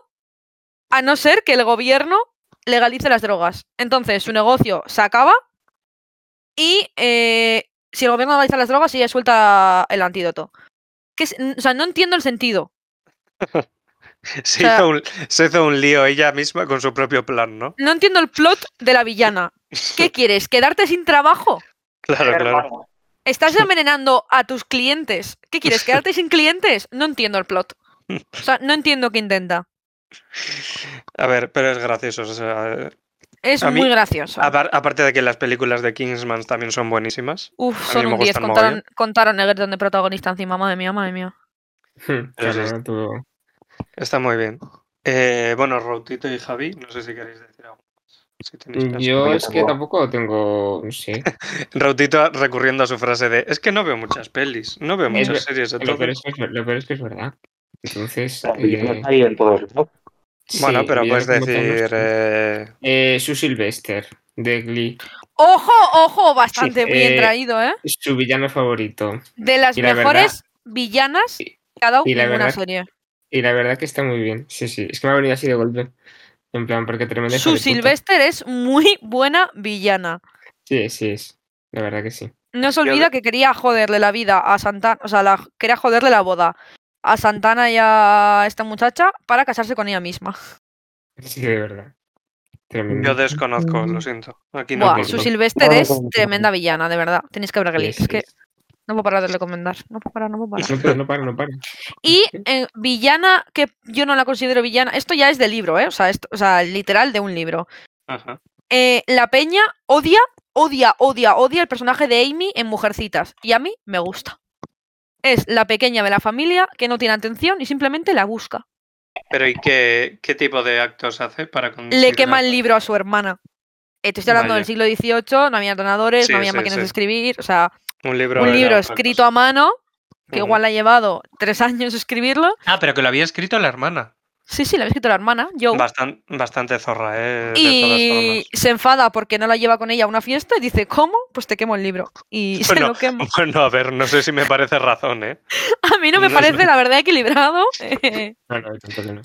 a no ser que el gobierno legalice las drogas. Entonces, su negocio se acaba y eh, si el gobierno legaliza las drogas, ella suelta el antídoto. Que es- n- o sea, no entiendo el sentido.
se,
o sea-
hizo un, se hizo un lío ella misma con su propio plan, ¿no?
No entiendo el plot de la villana. ¿Qué quieres? ¿Quedarte sin trabajo?
Claro, claro.
Estás envenenando a tus clientes. ¿Qué quieres? ¿Quedarte sin clientes? No entiendo el plot. O sea, no entiendo qué intenta.
A ver, pero es gracioso. o sea,
Es
A mí-
muy gracioso.
apar- aparte de que las películas de Kingsman también son buenísimas.
Uf,
mí
son
me
un 10.
gustan
Contaron,
mogollón.
contaron Egerton de protagonista encima. Madre mía, madre mía.
Pues nada, todo.
Está muy bien. Eh, bueno, Rautito y Javi, no sé si queréis decir algo. más, si tenéis pensado.
Yo
yo
es que
tampoco.
tampoco tengo. No sé.
Rautito recurriendo a su frase de es que no veo muchas pelis, no veo
Es
muchas
ver-
series,
Lo peor,
entonces
es que es, ver- lo peor es que es verdad. Entonces,
La
eh,
película está ahí en todos lados.
Bueno,
Sí,
pero
y
puedes
ahora como tenemos-
decir. eh,
Eh, Sue Sylvester, de Glee.
Ojo, ojo, bastante
Sí,
bien
eh,
traído, ¿eh?
Su villano favorito.
De las
y la verdad-
mejores villanas
Sí,
que ha dado
y la
ninguna
verdad-
serie.
Y la verdad que está muy bien. Sí, sí. Es que me ha venido así de golpe. En plan, porque tremenda. hija
Su
de puta.
Sylvester es muy buena villana.
Sí, sí es. La verdad que sí.
No se
Yo-
olvida que quería joderle la vida a Santana, o sea, la- quería joderle la boda a Santana y a esta muchacha para casarse con ella misma.
Sí, de verdad. Tremendo.
eh, Yo desconozco, lo siento. Aquí no.
Mm. Buah,
no,
su
no.
Sylvester
No, no,
es
no, no, no.
tremenda villana, de verdad. Tenéis que ver Glee.
Sí,
Es que
sí.
no puedo parar de recomendar. No puedo parar, no puedo parar.
No para, no para, no para.
Y eh, villana, que yo no la considero villana, esto ya es de libro, ¿eh? O sea, esto, o sea literal de un libro.
Ajá.
Eh, la peña odia, odia, odia, odia el personaje de Amy en Mujercitas. Y a mí me gusta. Es la pequeña de la familia que no tiene atención y simplemente la busca.
Pero ¿y qué, qué tipo de actos hace para
Le
considerar-
quema el libro a su hermana. Eh, te estoy hablando
Mm, Vaya.
del siglo XVIII, no había donadores,
Sí,
no había
sí,
máquinas de
sí.
escribir. O sea,
Un libro, Mm.
un
era
libro
otra
escrito
cosa.
a mano, que
Ujú.
igual le ha llevado tres años escribirlo.
Ah, pero que lo había escrito la hermana.
Sí, sí, lo había escrito la hermana, Joe.
Bastan- bastante zorra, ¿eh? De
Y se enfada porque no la lleva con ella a una fiesta y dice, ¿cómo? Pues te quemo el libro. Y se
Bueno,
lo quemo.
todas formas. Bueno, a ver, no sé si me parece razón, ¿eh?
A mí no me
no,
parece, la verdad, equilibrado.
No, no, tanto que no.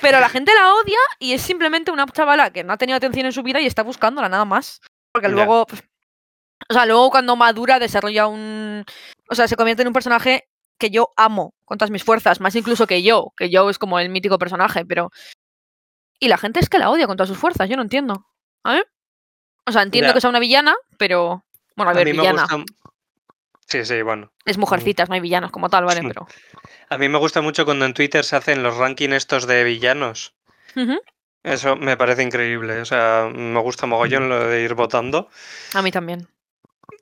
Pero la gente la odia y es simplemente una chavala que no ha tenido atención en su vida y está buscándola nada más. Porque
Ya.
luego, pues, o sea, luego cuando madura desarrolla un... O sea, se convierte en un personaje que yo amo con todas mis fuerzas, más incluso que yo, que yo es como el mítico personaje, pero... Y la gente es que la odia con todas sus fuerzas, yo no entiendo. A ver. O sea, entiendo
Ya.
que sea una villana, pero... Bueno, a ver,
mí me
villana.
gusta- Sí, sí, bueno.
Es mujercitas, no hay villanos como tal, ¿vale?
Sí.
Pero...
A mí me gusta mucho cuando en Twitter se hacen los rankings estos de villanos.
Ujú,
Eso me parece increíble. O sea, me gusta mogollón lo de ir votando.
A mí también.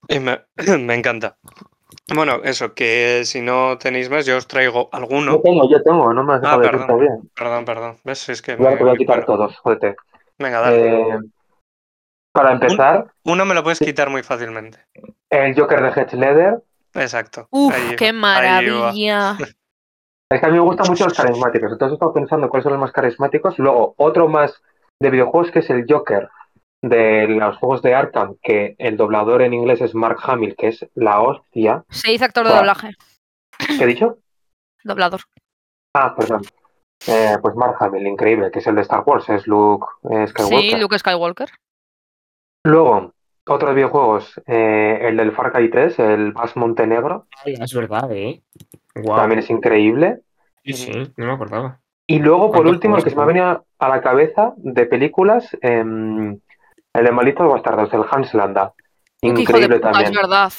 Y me, me encanta. Bueno, eso, que si no tenéis más, yo os traigo
Yo
alguno.
tengo, yo tengo, no me
Ah,
has dejado decir
perdón.
todavía.
Perdón, perdón. ¿Ves? Es que
Y ahora te voy a
me-
quitar
bueno,
todos, jódete.
Venga, dale.
Eh, para empezar,
Uno me lo puedes quitar muy fácilmente.
el Joker de Heath Ledger.
Exacto.
Uf,
Ahí-
qué
ahí va.
maravilla.
Es que a mí me gustan mucho los carismáticos. Entonces he estado pensando cuáles son los más carismáticos. Luego, otro más de videojuegos que es el Joker de los juegos de Arkham, que el doblador en inglés es Mark Hamill, que es la hostia.
Se hizo actor de
Buah.
doblaje.
¿Qué he dicho?
Doblador.
Ah, perdón. Eh, pues Mark Hamill, increíble, que es el de Star Wars, es Luke eh, Skywalker.
Sí, Luke Skywalker.
Luego, otros videojuegos, eh, el del Far Cry 3, el Bass Montenegro,
Ay, es verdad, ¿eh? Guau.
también es increíble.
Sí, sí, no me acordaba.
Y luego, por
¿Cuántos
último, el que se me ha
juegos
venido a la cabeza de películas, em, el de Malditos Bastardos, el Hans Landa.
Qué hijo
Increíble
de puta,
también.
Es verdad.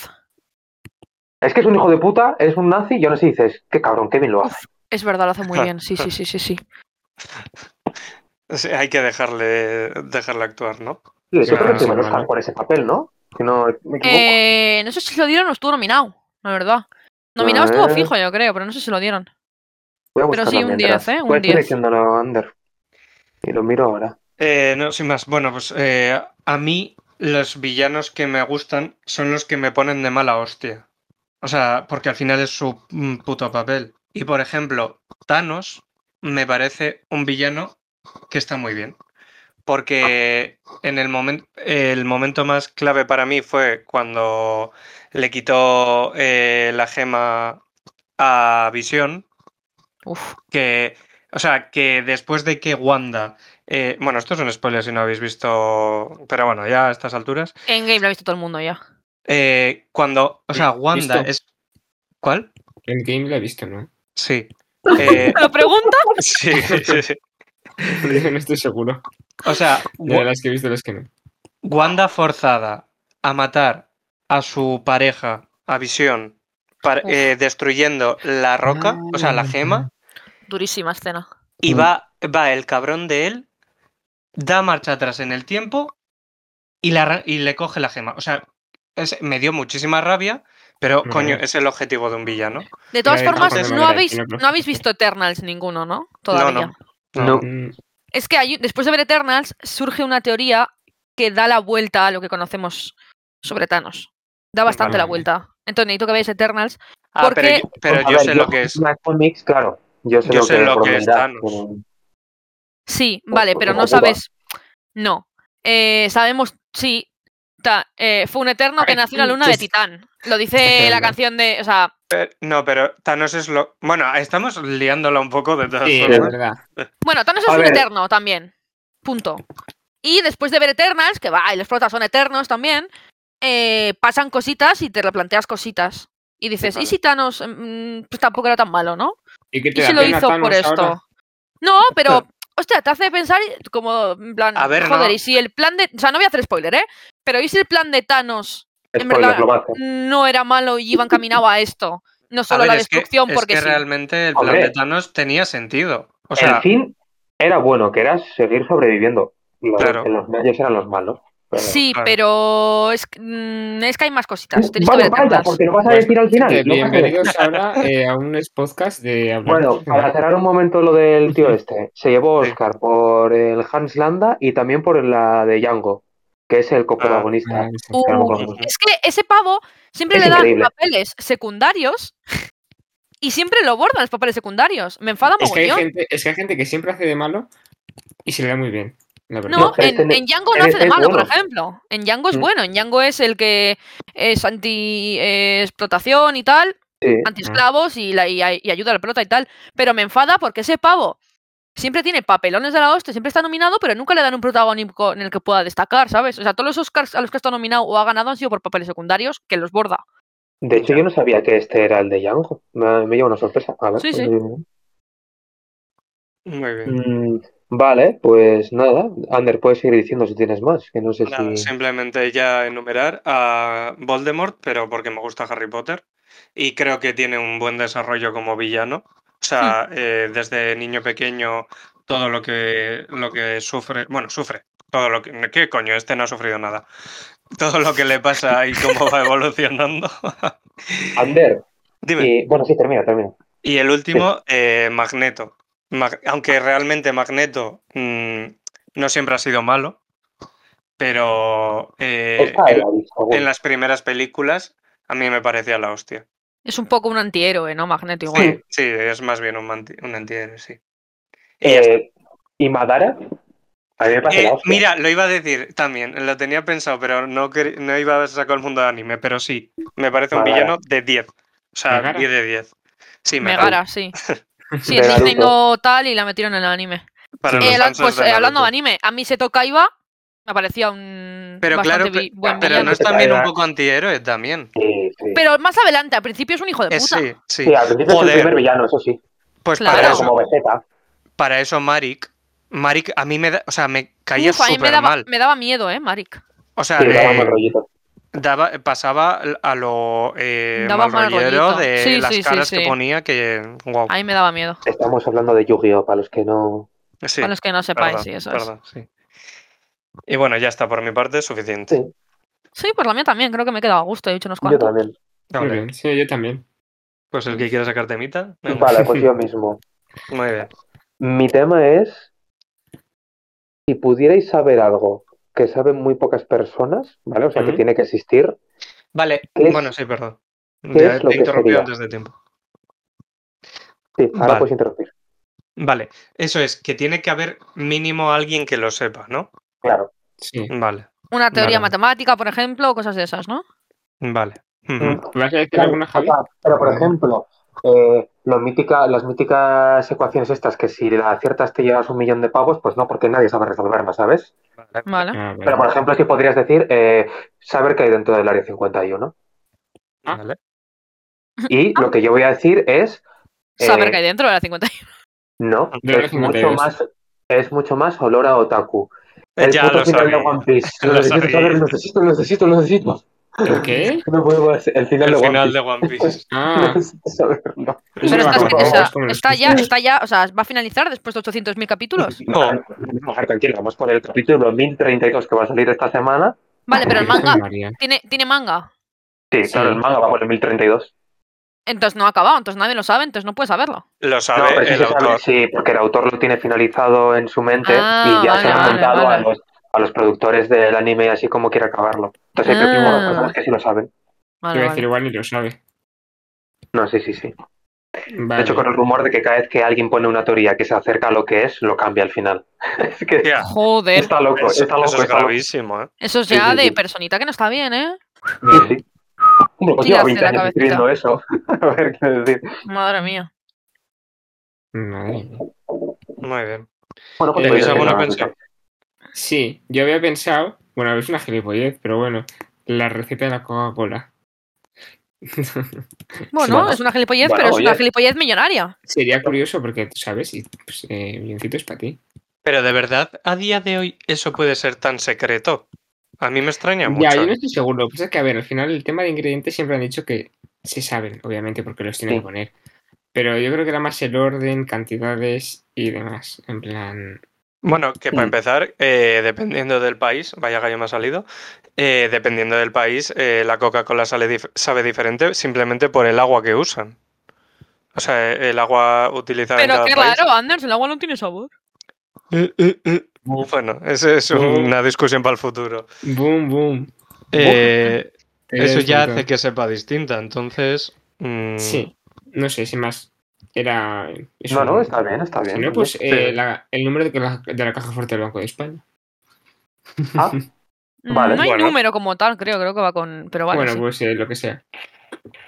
Es que es un hijo de puta, es un nazi, y aún así dices, qué cabrón, qué bien lo hace.
Es verdad, lo hace muy bien. Sí, sí, sí, sí, sí.
Sí, hay que dejarle, dejarle actuar, ¿no?
Sí,
Sí,
yo creo
claro,
que se
sí,
lo Oscar
vale.
por ese papel, ¿no? Si no me equivoco.
Eh, no sé si lo dieron o estuvo nominado, la verdad. Nominado estuvo
Eh.
fijo, yo creo, pero no sé si lo dieron.
Voy a
pero
buscar
sí, un
también,
10,
verás.
¿eh? Un
Puedes ir
10.
diciéndolo, Ander. Y lo miro ahora.
Eh, no, sin más. Bueno, pues eh, a mí los villanos que me gustan son los que me ponen de mala hostia. O sea, porque al final es su mm, puto papel. Y por ejemplo, Thanos me parece un villano que está muy bien. Porque en el, momento el momento más clave para mí fue cuando le quitó eh, la gema a Visión,
Uf.
que, o sea, que después de que Wanda, eh, bueno, esto es un spoiler si no habéis visto, pero bueno, ya a estas alturas,
En game lo ha visto todo el mundo ya.
eh, cuando, o sea, Wanda
¿Visto?
es, ¿cuál?
El game lo he visto, ¿no?
Sí. Eh,
¿Me lo pregunta?
sí, sí, sí.
Yo no estoy seguro.
O sea,
De
Wa-
las que he visto, las que no.
Wanda forzada a matar a su pareja, a Visión, para-
Uf.
eh, destruyendo la roca, o sea, la gema,
Durísima escena.
y
Mm.
va, va el cabrón de él, da marcha atrás en el tiempo y, la arran- y le coge la gema. O sea, es- me dio muchísima rabia, pero
Ujú.
coño, es el objetivo de un villano.
De todas
del
formas,
Rojo de
Eh, no
Madrid,
habéis,
tiene otro.
no habéis visto Eternals ninguno, ¿no? Todavía.
No, no. No.
No.
Mm,
Es que hay- después de ver Eternals surge una teoría que da la vuelta a lo que conocemos sobre Thanos. Da bastante la
Vale.
vuelta. Entonces necesito que veáis Eternals
Ah,
Porque-
pero yo, pero
Pues, a
yo
ver,
sé lo que es.
Matt Comics, claro. Yo sé
Yo
lo
sé
que,
lo
por
que es
maldad,
Thanos.
pero-
Sí, vale, pero no sabes. No. Eh, sabemos, sí. ta- eh, fue un eterno que nació en la luna de Titán. Lo dice la canción de. O sea,
Pero- no, pero Thanos es lo. Bueno, estamos liándola un poco de todas
Ah,
Sí, es
formas.
verdad.
Bueno, Thanos
A
es un
ver.
eterno también. Punto. Y después de ver Eternals, que va, y los protas son eternos también, eh, pasan cositas y te replanteas cositas. Y dices, ¿y
Vale.
si Thanos mm, pues tampoco era tan malo, no?
¿Y qué
¿Y
te
si
da
lo
pena,
hizo por
Thanos,
esto?
ahora?
No, pero, hostia, te hace pensar y- como, en plan,
A ver,
joder,
no.
y si el plan de. O sea, no voy a hacer spoiler, ¿eh? Pero ¿y si el plan de Thanos En
Spoiler,
verdad,
lo va a hacer.
no era malo y iban caminado a esto? No
A
solo a la
ver, es que-
destrucción,
es
porque
que
sí.
realmente el plan
Hombre.
de Thanos tenía sentido. O sea,
el fin era bueno, que era seguir sobreviviendo. Los,
Claro.
Los medios eran los malos. pero-
Sí,
claro.
pero es, que- mm, es que hay más cositas. Tenéis que
Vamos,
ver
vaya,
Eternals.
porque lo vas a
Pues,
decir al final.
Eh,
no pasa nada.
bienvenidos ahora eh, a un podcast de hablar.
Bueno, para cerrar un momento lo del tío este, se llevó
Sí.
Oscar por el Hans Landa y también por la de Django, que es el coprotagonista.
Ah, sí.
Uh,
Que no me acuerdo.
es que ese pavo siempre
Es
le dan
increíble.
papeles secundarios y siempre lo bordan los papeles secundarios. Me enfada
Es que, hay
mogollón.
gente, es que hay gente que siempre hace de malo y se le da muy bien. La verdad.
No,
No, pero
en,
este-
en Django no
pero
hace de
este es
malo, por
bueno.
ejemplo. En Django es
Mm.
bueno. En Django es el que es anti-explotación y tal,
Sí. mm.
anti-esclavos y, la- y ay- y ayuda a la pelota y tal. Pero me enfada porque ese pavo siempre tiene papelones de la hostia, siempre está nominado, pero nunca le dan un protagonismo en el que pueda destacar, ¿sabes? O sea, todos los Oscars a los que ha estado nominado o ha ganado han sido por papeles secundarios que los borda.
De hecho, yo no sabía que este era el de Django. Me, me lleva una sorpresa. A ver,
Sí, sí.
mm,
muy bien.
vale, pues nada. Ander, puedes seguir diciendo si tienes más, que no sé
Nada,
si.
simplemente ya enumerar a Voldemort, pero porque me gusta Harry Potter y creo que tiene un buen desarrollo como villano. O sea, eh, desde niño pequeño todo lo que lo que sufre, bueno, sufre todo lo que qué coño, este no ha sufrido nada. Todo lo que le pasa y cómo va evolucionando.
Ander,
Dime.
y... bueno, sí, termina, termina.
Y el último, eh, Magneto. Mag- aunque realmente Magneto mm, no siempre ha sido malo, pero eh,
Está
en,
el aviso,
en
bueno.
las primeras películas a mí me parecía la hostia.
Es un poco un antihéroe, ¿no? Magneto igual.
Eh,
Sí, sí, es más bien un, manti- un antihéroe, sí. Y ya está.
Eh, ¿Y Madara? A mí me parece
Eh,
la hostia.
mira, lo iba a decir también, lo tenía pensado, pero no, quer- no iba a sacar el mundo de anime, pero sí, me parece un
Vale.
villano de 10. O sea,
Megara.
10 de 10. Sí, me
Megara, sí. Sí,
De
en Disney
Naruto.
no tal y la metieron en el anime.
Para
Eh,
los
Eh, la-
fans
pues
de
eh, hablando de
Naruto.
anime, a mí se toca Iba, me parecía un
Pero claro,
bastante vi-
pe-
buen
pero
villano.
no es también un
eh.
poco antihéroe también.
Sí, sí.
Pero más adelante, al principio es un hijo de
Eh,
puta.
sí, sí.
Sí, al principio es
Joder.
el primer villano, eso sí.
Pues para,
Claro.
Pero
eso,
como Vegeta.
para eso Marik, Marik a mí me da, o sea, me caía
Uf, a mí me
súper
daba,
mal.
me daba miedo, eh, Marik.
O sea,
Sí, le daba
eh,
mal rollito.
daba- pasaba a lo eh,
Daba mal
malrollero
rollito.
de
Sí,
las
sí, sí,
caras
sí.
que ponía que wow.
A mí me daba miedo.
Estamos hablando de Yu-Gi-Oh! para los que no.
Sí,
Para los que no sepáis,
perdón,
sí, eso
perdón, sí. Y bueno, ya está por mi parte suficiente.
Sí,
es. Sí, pues la mía también, creo que me he quedado a gusto, he dicho unos
yo
cuantos.
también.
Muy
Vale,
bien, sí, yo también.
Pues el que quiera sacar temita, venga.
Vale, pues yo mismo.
Muy bien.
Mi tema es. Si pudierais saber algo que saben muy pocas personas, ¿vale? O sea, que
Ujú.
tiene que existir,
Vale,
¿Qué es-
bueno, sí, perdón.
qué
Ya
es
te
lo que
interrumpí
sería?
antes de tiempo.
sí, ahora
Vale.
puedes interrumpir.
Vale, eso es, que tiene que haber mínimo alguien que lo sepa, ¿no?
Claro.
Sí.
Vale,
Una teoría
Vale.
matemática, por ejemplo, cosas de esas, ¿no?
vale. Ujú.
Mm.
¿Vas a decir
Claro,
alguna, Javi?
o sea, pero por ejemplo, eh, lo mítica- las míticas ecuaciones estas que si la aciertas te llevas un millón de pavos, pues no, porque nadie sabe resolverlas, ¿sabes?
Vale.
Vale.
Ah, vale.
Pero por ejemplo, si podrías decir eh, saber qué hay dentro del área 51.
Ah.
Vale.
Y lo que yo voy a decir es Eh,
Saber que hay dentro de la 50.
no,
Del área
es mucho
52.
más es mucho más olor a otaku. El
ya
puto
lo
final
sabía.
de One Piece. Lo,
Lo
necesito
sabía.
saber, lo necesito, lo necesito, lo necesito.
¿El qué?
No puedo hacer- el final
El
de One
final de
Piece.
One Piece.
Ah,
Necesito saberlo.
Pero
me
está,
acuerdo,
o sea,
es como los
está ya, está ya, o sea, va a finalizar después de 800.000 capítulos.
No.
No, no, tranquilo, vamos por el capítulo 1032 que va a salir esta semana.
Vale, pero el
Virgen
manga,
María.
tiene, tiene manga.
Sí,
Sí.
claro, el manga va por el 1032.
Entonces no ha acabado, entonces nadie lo sabe, entonces no puede saberlo.
Lo
No,
sabe
pero sí
el
se sabe,
autor.
sí, porque el autor lo tiene finalizado en su mente
Ah,
y ya se
vale,
lo ha
vale,
contado
vale.
a, los, a los productores del anime así como quiere acabarlo. Entonces hay
Ah.
muchas personas que sí lo saben.
Vale,
Te iba a
vale.
decir igual ni lo sabe.
No, sí, sí, sí. De hecho, con el rumor de que cada vez que alguien pone una teoría que se acerca a lo que es, lo cambia al final. es que
Hostia,
Joder.
está loco,
eso,
está loco.
eso es
está loco.
gravísimo, ¿eh?
Eso es
Sí,
ya
sí,
de
sí.
personita que no está bien, ¿eh?
Sí, sí. Hombre, pues
Tira
lleva
hacia
20
la
años
cabecita.
escribiendo eso. a ver qué decir.
Madre mía.
Madre mía.
Muy bien.
Eh,
Bueno, pues voy a
¿tenéis
decir
alguna
nada,
pensada?
Sí, yo había pensado, bueno, es una gilipollez, pero bueno, la receta de la Coca-Cola.
Bueno,
Bueno,
es una gilipollez,
bueno,
pero es una
oye.
gilipollez millonaria.
Sería curioso porque, tú sabes, y pues, eh, milloncito es para ti.
Pero de verdad, a día de hoy eso puede ser tan secreto. A mí me extraña mucho.
Ya, yo no estoy seguro. Lo que pasa es que, a ver, al final el tema de ingredientes siempre han dicho que se saben, obviamente, porque los tienen
Sí.
que poner. Pero yo creo que era más el orden, cantidades y demás. En plan.
Bueno, que para
Mm.
empezar, eh, dependiendo del país, vaya gallo me ha salido, eh, dependiendo del país, eh, la Coca-Cola sale dif- sabe diferente simplemente por el agua que usan. O sea, eh, el agua utilizada en
Pero
cada
qué
país.
raro, Anders, el agua no tiene sabor.
Bueno, esa es
Mm.
una discusión para el futuro.
Boom, boom.
Eh,
Te
eso ya
desmonto.
hace que sepa distinta, entonces... mm,
Sí, no sé, sin más. Era. es
No,
un-
no, está bien, está bien.
Si no, pues eh,
Sí.
la- el número de la, de la caja fuerte del Banco de España.
Ah, Vale,
no hay
bueno.
número como tal, creo, creo que va con. Pero vale.
bueno,
sí.
pues eh, lo que sea.
eso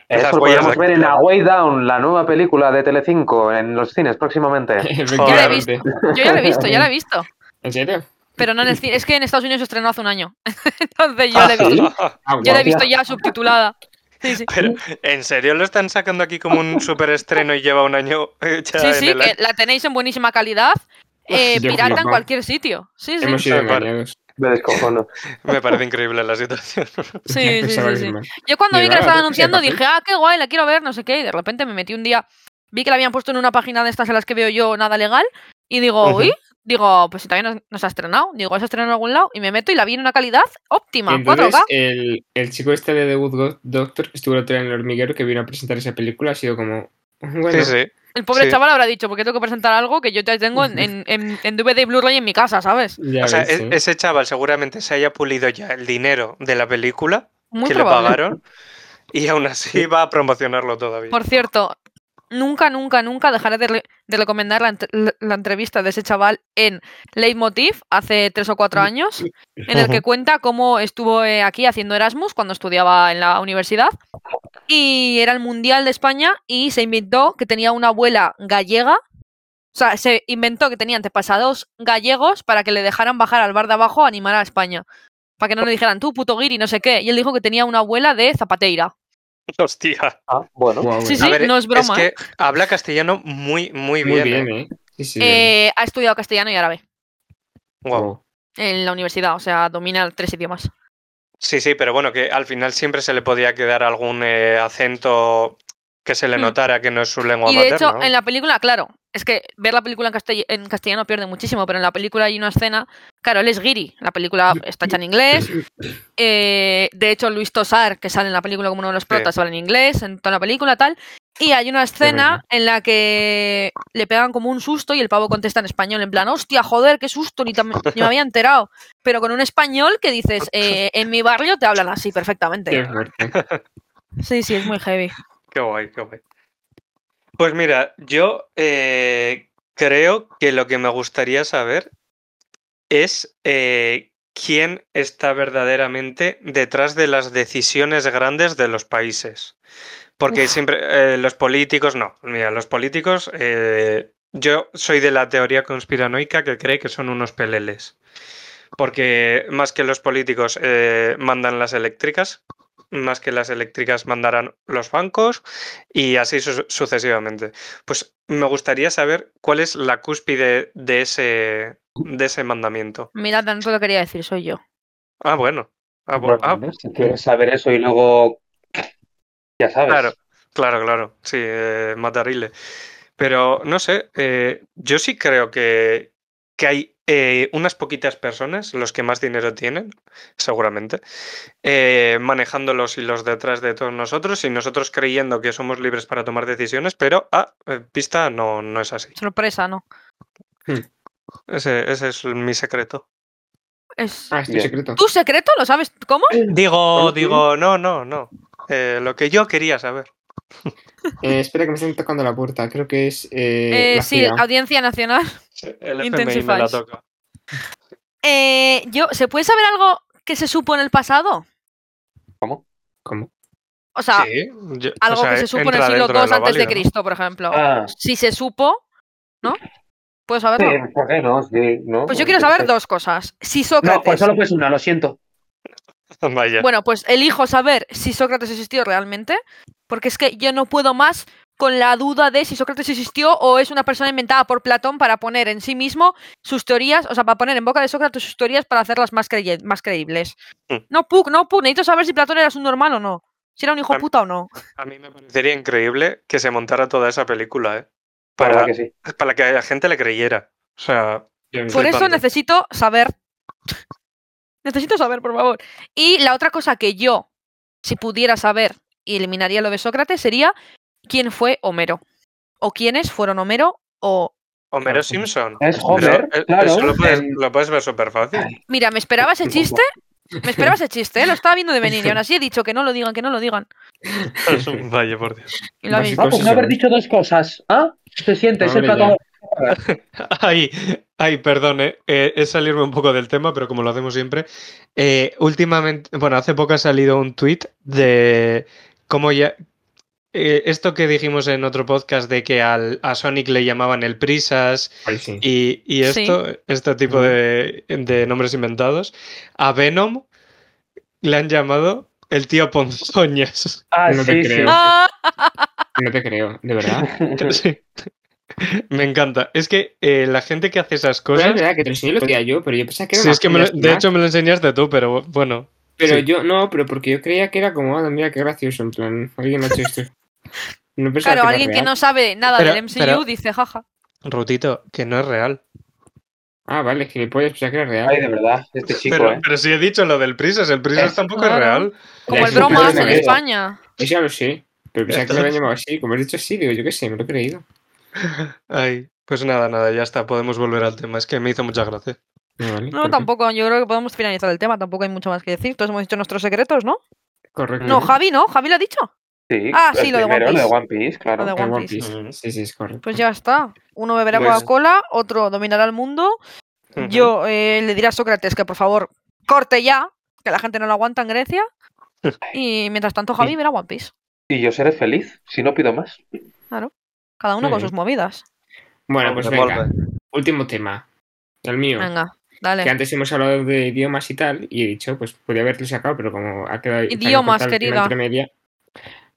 Esas
lo
huellas
podemos
de-
ver en A Way Down, la nueva película de Telecinco, en los cines próximamente.
pues, Efectivamente.
Yo ya lo he visto, ya lo he visto.
¿En serio?
Pero no en el cine. Es que en Estados Unidos se estrenó hace un año. Entonces yo la he visto,
Ah,
yo la he
guau.
visto ya subtitulada. Sí, sí.
Pero, ¿en serio lo están sacando aquí como un superestreno y lleva un año eh, ya
Sí,
en
sí,
el
que la tenéis en buenísima calidad. eh,
Yo
pirata en
flipaba.
cualquier sitio. Sí, sí.
Hemos sido
Tal cual.
engañados.
Me descojono.
Me parece increíble la situación.
Sí, sí,
Pensaba
sí,
que
sí.
mal.
Yo cuando
Y
vi que la estaban
nada, creo que sí,
anunciando
papel.
¿eh?
dije, ah, qué guay, la quiero ver, no sé qué. Y de repente me metí un día, vi que la habían puesto en una página de estas en las que veo yo nada legal. Y digo,
Ujú.
uy, digo, pues si todavía no, no se ha estrenado. Digo, se ha estrenado en algún lado. Y me meto y la vi en una calidad óptima,
Entonces,
4K.
el, el chico este de The Good Go- Doctor, que estuvo el otro día en el hormiguero, que vino a presentar esa película, ha sido como. Bueno,
Sí, sí.
El pobre
sí.
chaval habrá dicho, porque tengo que presentar algo que yo te tengo en, en, en, en DVD y Blu-ray en mi casa, ¿sabes?
ya
O sea,
ves,
e-
¿eh?
ese chaval seguramente se haya pulido ya el dinero de la película
Muy
que le
probable.
pagaron y aún así va a promocionarlo todavía.
Por cierto, nunca, nunca, nunca dejaré de, re- de recomendar la, ent- la- la entrevista de ese chaval en Leitmotiv hace tres o cuatro años, en el que cuenta cómo estuvo eh, aquí haciendo Erasmus cuando estudiaba en la universidad. Y era el Mundial de España y se inventó que tenía una abuela gallega. O sea, se inventó que tenía antepasados gallegos para que le dejaran bajar al bar de abajo a animar a España. Para que no le dijeran, tú, puto guiri, no sé qué. Y él dijo que tenía una abuela de Zapateira.
Hostia.
Ah, bueno.
Guau,
Sí,
eh.
sí, no es broma, ¿eh?
que habla castellano muy, muy
Muy
bien. ¿eh?
bien, ¿eh? Sí, sí.
Eh, ha estudiado castellano y árabe.
Guau.
Guau.
en la universidad, o sea, domina tres idiomas.
Sí, sí, pero bueno, que al final siempre se le podía quedar algún eh, acento que se le
Mm.
notara que no es su lengua
Y de
materna.
hecho,
¿no?
en la película, claro, es que ver la película en, castell- en castellano pierde muchísimo, pero en la película hay una escena, claro, él es Giri, la película está hecha en inglés, eh, de hecho Luis Tosar, que sale en la película como uno de los protas, habla en inglés, en toda la película tal, y hay una escena en la que le pegan como un susto y el pavo contesta en español, en plan, hostia, joder, qué susto, ni, tam- ni me había enterado, pero con un español que dices, eh, en mi barrio te hablan así
Qué
perfectamente.
fuerte.
Sí, sí, es muy heavy.
Qué guay, qué guay. Pues mira, yo eh, creo que lo que me gustaría saber es eh, quién está verdaderamente detrás de las decisiones grandes de los países. Porque siempre eh, los políticos, no, mira, los políticos, eh, yo soy de la teoría conspiranoica que cree que son unos peleles. Porque más que los políticos eh, mandan las eléctricas, más que las eléctricas mandarán los bancos y así su- sucesivamente. Pues me gustaría saber cuál es la cúspide de ese, de ese mandamiento.
Mira, tanto lo quería decir, soy yo.
Ah, bueno. Ah, bu-
Bueno,
ah,
Andrés, si quieres saber eso y luego. Ya sabes.
Claro, claro, claro. Sí, eh, matarile. Pero no sé, eh, yo sí creo que, que hay eh, unas poquitas personas, los que más dinero tienen, seguramente, eh, manejando los hilos detrás de todos nosotros y nosotros creyendo que somos libres para tomar decisiones, pero ah, eh, pista no, no es así.
Sorpresa, ¿no?
Ese, ese es mi secreto.
Es...
Ah, es tu
Bien.
secreto.
¿Tu secreto? ¿Lo sabes? ¿Cómo?
Digo,
¿Cómo?
digo, no, no, no. Eh, lo que yo quería saber.
Eh, espera que me están tocando la puerta. Creo que es. Eh,
Eh,
la
sí,
CIA.
Audiencia Nacional.
El FMI me la
Intensifies.
toca.
Eh, yo, ¿Se puede saber algo que se supo en el pasado?
¿Cómo?
O sea,
Sí, yo- o
algo
sea,
que se supo en el
entra
siglo
dentro de
II
lo
antes de
válido, ¿no?
Cristo, por ejemplo.
Ah,
Si se supo, ¿no? ¿Puedo
sí,
saberlo?
¿por qué no? Sí, ¿no?
Ah, Pues yo quiero saber dos cosas. Si
No, pues
Sócrates.
solo pues una, lo siento.
Vaya.
Bueno, pues elijo saber si Sócrates existió realmente, porque es que yo no puedo más con la duda de si Sócrates existió o es una persona inventada por Platón para poner en sí mismo sus teorías, o sea, para poner en boca de Sócrates sus teorías para hacerlas más, creye- más creíbles.
Mm.
No, Puck, no, Puck, necesito saber si Platón era un normal o no. Si era un hijo de
Am-
puta o no.
A mí me parecería increíble que se montara toda esa película, ¿eh?
La verdad
Para,
que sí.
para que la gente le creyera. O sea,
Yo-
Por eso
flipante.
necesito saber. necesito saber, por favor. Y la otra cosa que yo, si pudiera saber y eliminaría lo de Sócrates, sería quién fue Homero. O quiénes fueron Homero. O.
Homero Simpson.
Es
Pero,
Homer,
eh,
claro.
eso lo puedes,
en-
lo puedes ver súper fácil.
Mira, me esperaba ese chiste. Me esperaba ese chiste, ¿eh? lo estaba viendo de venir y aún así he dicho que no lo digan, que no lo digan.
Vaya, por Dios.
Y lo habéis-
Ah, pues
Cosas
no haber
sobre-
dicho dos cosas. ¿Ah? Se siente, es el
Hombre,
plato.
Ay, ay, perdón, eh, eh, es salirme un poco del tema, pero como lo hacemos siempre. eh, últimamente, bueno, hace poco ha salido un tuit de cómo ya. eh, esto que dijimos en otro podcast de que al, a Sonic le llamaban el Prisas,
Ay, sí.
Y, y
Sí.
esto, este tipo de, de nombres inventados, a Venom le han llamado el tío Ponzoñas.
Ah,
No
sí,
te
sí.
creo.
Ah,
No te creo, de verdad.
Sí. Me encanta. Es que eh, la gente que hace esas
Pero es
cosas.
verdad que te lo enseñé el otro día yo, pero yo pensaba que era
sí,
una
es que me lo-
joya
de
más.
hecho me lo enseñaste tú, pero bueno.
Pero
sí.
yo, no, pero porque yo creía que era como, ah, mira qué gracioso, en plan, alguien ha hecho esto.
claro,
No pensaba que era
alguien que
real.
no sabe nada
Pero-
del MCU
pero-
dice jaja.
Rutito, que no es real.
Ah, vale, que le puedes pensar que era real.
Ay, de verdad, este chico,
pero,
¿eh?
pero si he dicho lo del Prisas, el Prisas
Es-
tampoco es
claro.
real.
Como
Este
el
eso
bromas
puede
en
ser.
España.
Eso Pues ya lo sé. Pero pensaba que lo habían llamado así. Como has dicho así, digo, yo qué sé, me lo he creído.
Ay, pues nada, nada, ya está, podemos volver al tema. Es que me hizo mucha gracia.
Ah, vale,
No,
perfecto.
tampoco, yo creo que podemos finalizar el tema, tampoco hay mucho más que decir. Todos hemos dicho nuestros secretos, ¿no?
Correcto.
No, Javi, ¿no? Javi lo ha dicho.
Sí,
Ah,
el
sí, lo de One
primero,
Piece.
lo de One Piece, claro.
Lo de
Ah,
One
One
Piece.
Piece.
Mm.
Sí, sí, es correcto.
Pues ya está. Uno beberá
Pues-
Coca-Cola, otro dominará el mundo.
Ujú.
Yo eh, le diré a Sócrates que por favor corte ya, que la gente no lo aguanta en Grecia. Y mientras tanto, Javi verá One Piece.
Y yo seré feliz, si no pido más.
Cada uno
Muy
con
bien.
sus movidas.
Bueno, pues
Volve,
venga. Último tema. El mío.
Venga,
Que
dale.
antes hemos hablado de idiomas y tal, y he dicho, pues podía haberlo sacado, pero como ha quedado se ha
Idiomas,
cortado el tema
querida.
entre media.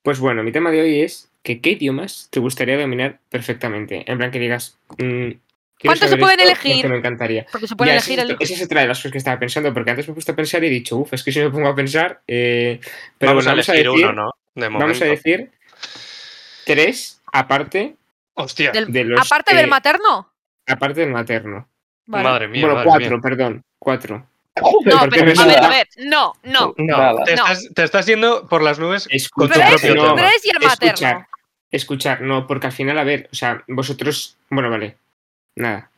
Pues bueno, mi tema de hoy es que qué idiomas te gustaría dominar perfectamente. En plan que digas, mm, quiero
¿Cuántos se
saber
pueden
esto
elegir?
porque me encantaría.
Porque se puede
Ya,
elegir
esa, es
el.
otra- esa es otra de las cosas que estaba pensando, porque antes me he puesto a pensar y he dicho, uff, es que si me pongo a pensar, eh, pero
vamos
bueno,
a
vamos a
elegir
decir,
uno, ¿no? De momento.
vamos a decir tres aparte
Hostia,
del-
de los
Aparte
eh,
del materno.
aparte del materno.
Vale.
madre mía.
bueno,
madre
cuatro,
mía.
perdón, cuatro.
No,
¿por qué
pero
me
a ver,
suena?
a ver. No, no.
No,
Nada.
te,
No.
Estás, te estás yendo por las nubes. Con tu
Escucha,
Tres,
propio
no,
tema.
tres y el materno.
escuchar, escuchar, no, porque al final, a ver, o sea, vosotros, bueno, vale, nada.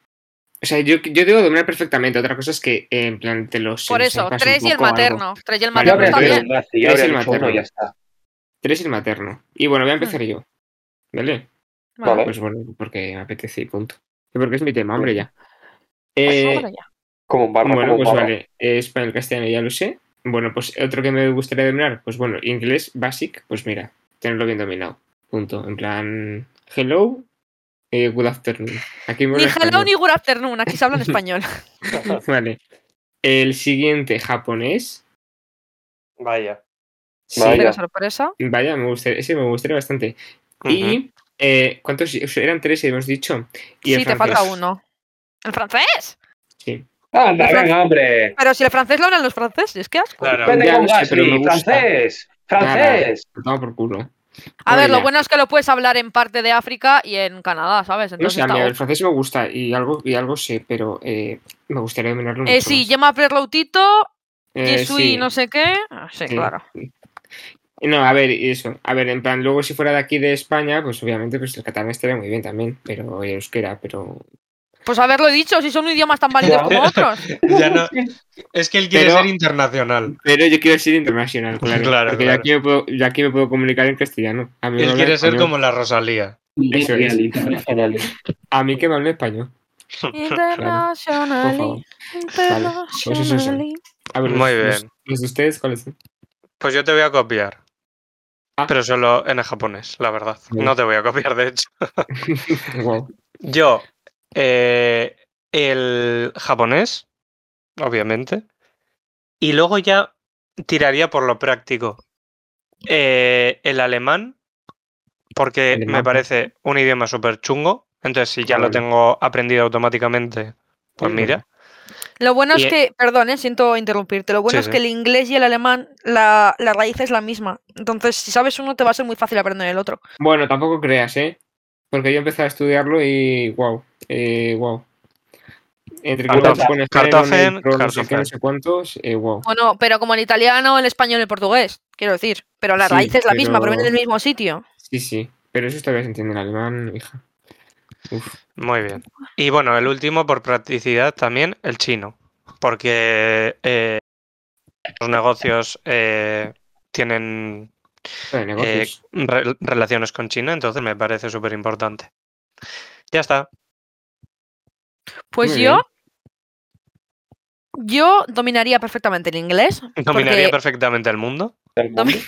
O sea, yo, yo debo dominar perfectamente, otra cosa es que, eh, en plan, te los...
Por eso,
ensartas un
tres y el
poco o algo.
materno. Tres y el
Vale,
Yo
materno está
habría
vale.
dicho
bien.
un más, y yo
Es el
habría dicho uno
materno.
y ya está.
Tres y el materno. Y bueno, voy a
Hmm.
empezar yo, ¿vale?
Vale.
Pues bueno, porque me apetece y punto. Y porque es mi tema, hombre, ya.
Pues
Eh,
ahora ya.
Como un barro,
bueno,
como un
pues
barro.
vale, eh, español, castellano, ya lo sé. Bueno, pues otro que me gustaría dominar, pues bueno, inglés basic, pues mira, tenerlo bien dominado. Punto. En plan, hello, eh, good afternoon. Aquí me
Ni
habla
hello
español.
ni good afternoon. Aquí se habla en español.
Vale. El siguiente, japonés.
Vaya.
Sí,
Vaya.
Pero sorpresa.
vaya, me gustaría, ese me gustaría bastante. Y, eh, ¿cuántos? Eran tres, hemos dicho. Y el
Sí, te falta
francés.
uno. ¿El francés?
Sí.
Anda,
Fran-
venga, hombre.
Pero si el francés lo hablan los franceses, ¿qué asco.
Claro.
Vete
Ya
con
lo sé, pero me
Gasly,
gusta.
francés, francés.
Lo toma por culo.
A ver, lo
ya.
bueno es que lo puedes hablar en parte de África y en Canadá, ¿sabes?
No
Entonces
sé, a
está
mí el
guay.
francés me gusta y algo, y algo sé, pero eh, me gustaría dominarlo mucho
Eh, sí,
más.
Gemma Perlautito,
Eh,
Yesui
sí.
no sé qué. Ah, sí,
Sí.
claro.
No, a ver, y eso. A ver, en plan, luego si fuera de aquí de España, pues obviamente pues el catalán estaría muy bien también, pero el euskera, pero
Pues haberlo dicho, si son idiomas tan válidos como otros.
Ya no- es que él quiere
Pero-
ser internacional.
Pero yo quiero ser internacional, claro.
Claro,
porque
claro.
Yo, aquí me puedo, yo aquí me puedo comunicar en castellano. A mí, me
Él
hablan-
quiere
a
ser
mí-
como la Rosalía.
Eso es.
Internacional, internacional.
A mí que me hablen español. Por favor.
Internationally.
Vale, pues eso es.
internationally.
A ver,
Muy
los-
bien.
los- ¿Los de ustedes cuáles son?
Pues yo te voy a copiar.
Ah.
Pero solo en el japonés, la verdad.
Bien.
No te voy a copiar, de hecho.
Wow.
Yo, eh, el japonés, obviamente. Y luego ya tiraría por lo práctico. Eh, el alemán, porque
Alemán,
me
pues.
parece un idioma súper chungo. Entonces, si ya
Ah,
lo
vale.
tengo aprendido automáticamente, pues
Mm.
mira.
Lo bueno es
Y-
que, perdón, eh, siento interrumpirte, lo bueno
Sí,
es
sí.
que el inglés y el alemán, la, la raíz es la misma. Entonces, si sabes uno, te va a ser muy fácil aprender el otro.
Bueno, tampoco creas, ¿eh? Porque yo empecé a estudiarlo y wow, eh, wow. Entre que
Cartof-
pones
Kartoffeln,
no sé qué, no
Kartoffeln.
sé cuántos, eh, wow.
Bueno, pero como el italiano, el español, el portugués, quiero decir. Pero la
Sí,
raíz es la misma, proviene
pero-
del mismo sitio.
Sí, sí. Pero eso todavía se entiende en alemán, hija. Uf.
Muy bien. Y bueno, el último, por practicidad también, el chino. Porque eh, los negocios eh, tienen
de
eh,
negocios.
re- relaciones con China, entonces me parece súper importante. Ya está.
Pues
Muy
yo. Yo dominaría perfectamente el inglés.
Dominaría
porque-
perfectamente el mundo.
Domi-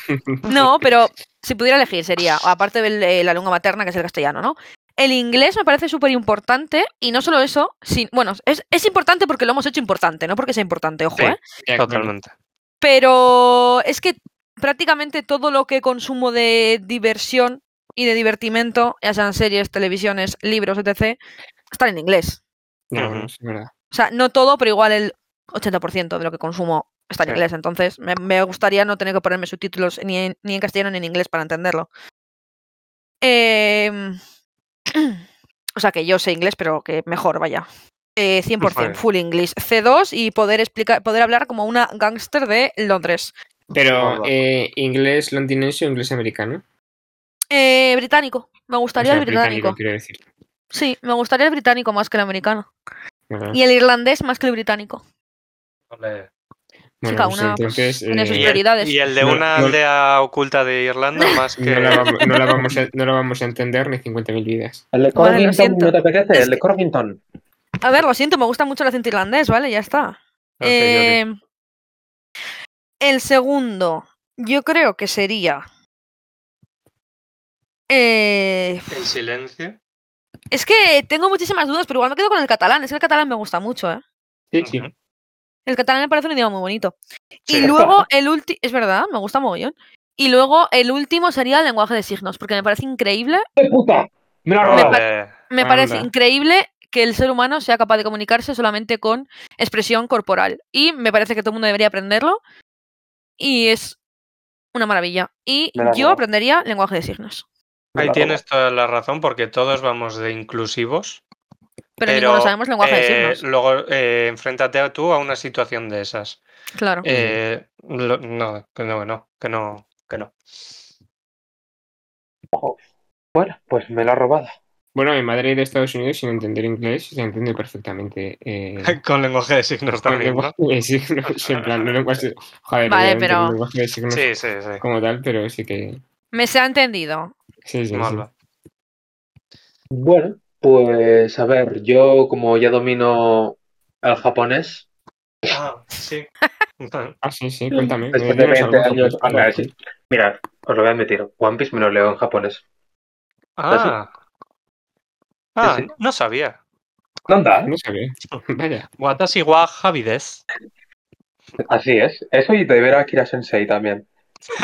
No, pero si pudiera elegir sería, aparte de la lengua materna, que es el castellano, ¿no? El inglés me parece súper importante y no solo eso, sin, bueno, es, es importante porque lo hemos hecho importante, no porque sea importante, ojo,
Sí.
¿eh?
Ya, claro.
Totalmente.
Pero es que prácticamente todo lo que consumo de diversión y de divertimento, ya sean series, televisiones, libros, etc., están en inglés.
Ya,
Ujú.
bueno, es verdad.
O sea, no todo, pero igual el 80% de lo que consumo está en
Sí.
inglés. Entonces, me, me gustaría no tener que ponerme subtítulos ni en, ni en castellano ni en inglés para entenderlo. Em, o sea, que yo sé inglés, pero que mejor, vaya. Eh, 100%,
Vale.
full English. C2 y poder, explicar, poder hablar como una gángster de Londres.
Pero
Hola.
eh, inglés londinense o inglés americano.
Eh, británico. Me gustaría
O sea,
el británico.
quiero decir.
Sí, me gustaría el británico más que el americano.
Bueno,
Y el irlandés más que el británico.
bueno,
chica,
pues
una, pues,
entonces
una de sus
eh,
Y el,
prioridades.
y el de
No,
una
no-
aldea oculta de Irlanda, más que.
no, la vamos, no la vamos a, no la vamos a entender ni 50.000 vidas.
El de
Vale, lo
Corvington,
siento.
¿no te apetece?
Es
El de
que-
Corvington.
A ver, lo siento, me gusta mucho el acento irlandés, ¿vale? Ya está.
Ok, Jordi.
Eh, el segundo, yo creo que sería. Eh,
El silencio.
es que tengo muchísimas dudas, pero igual me quedo con el catalán. Es que el catalán me gusta mucho, ¿eh?
Sí, sí.
Ujú.
El catalán me parece un idioma muy bonito.
Sí.
Y luego el último. Es verdad, me gusta mogollón. Y luego el último sería el lenguaje de signos, porque me parece increíble.
¡Qué puta! Me
Ah,
lo has
Me
robado.
pa-
Ole.
Me parece
Anda.
increíble que el ser humano sea capaz de comunicarse solamente con expresión corporal. Y me parece que todo el mundo debería aprenderlo. Y es una maravilla. Y
Me la
yo
robo.
aprendería lenguaje de signos.
Me la
Ahí
robo.
tienes toda la razón, porque todos vamos de inclusivos.
Pero, ninguno sabemos lenguaje
eh,
de signos.
Luego, eh, enfréntate a tú a una situación de esas.
Claro.
Eh, lo- no, que no, que no, que no, que no.
Bueno, pues me lo ha robado.
Bueno, mi madre de Estados Unidos, sin entender inglés, se entiende perfectamente. Eh,
Con lenguaje de signos
con
también, ¿no?
lenguaje de signos, en plan, no lenguaje, joder,
Vale,
obviamente,
pero-
no lenguaje de signos
Sí, sí, sí.
como tal, pero sí que.
Me se ha entendido.
Sí, sí, sí.
Mola.
Bueno, pues a ver, yo como ya domino el japonés,
Ah, sí.
Ah, sí, sí, cuéntame.
después de
dinos
20
algo,
Pues años,
por
anda,
favor.
sí. mira, os lo voy a admitir, One Piece me lo leo en japonés.
Ah. Ah,
Sí, sí.
no sabía.
Anda,
Ah, No sabía. Vaya.
Watashi wa Javides.
así es. Eso y de ver a Akira Sensei también.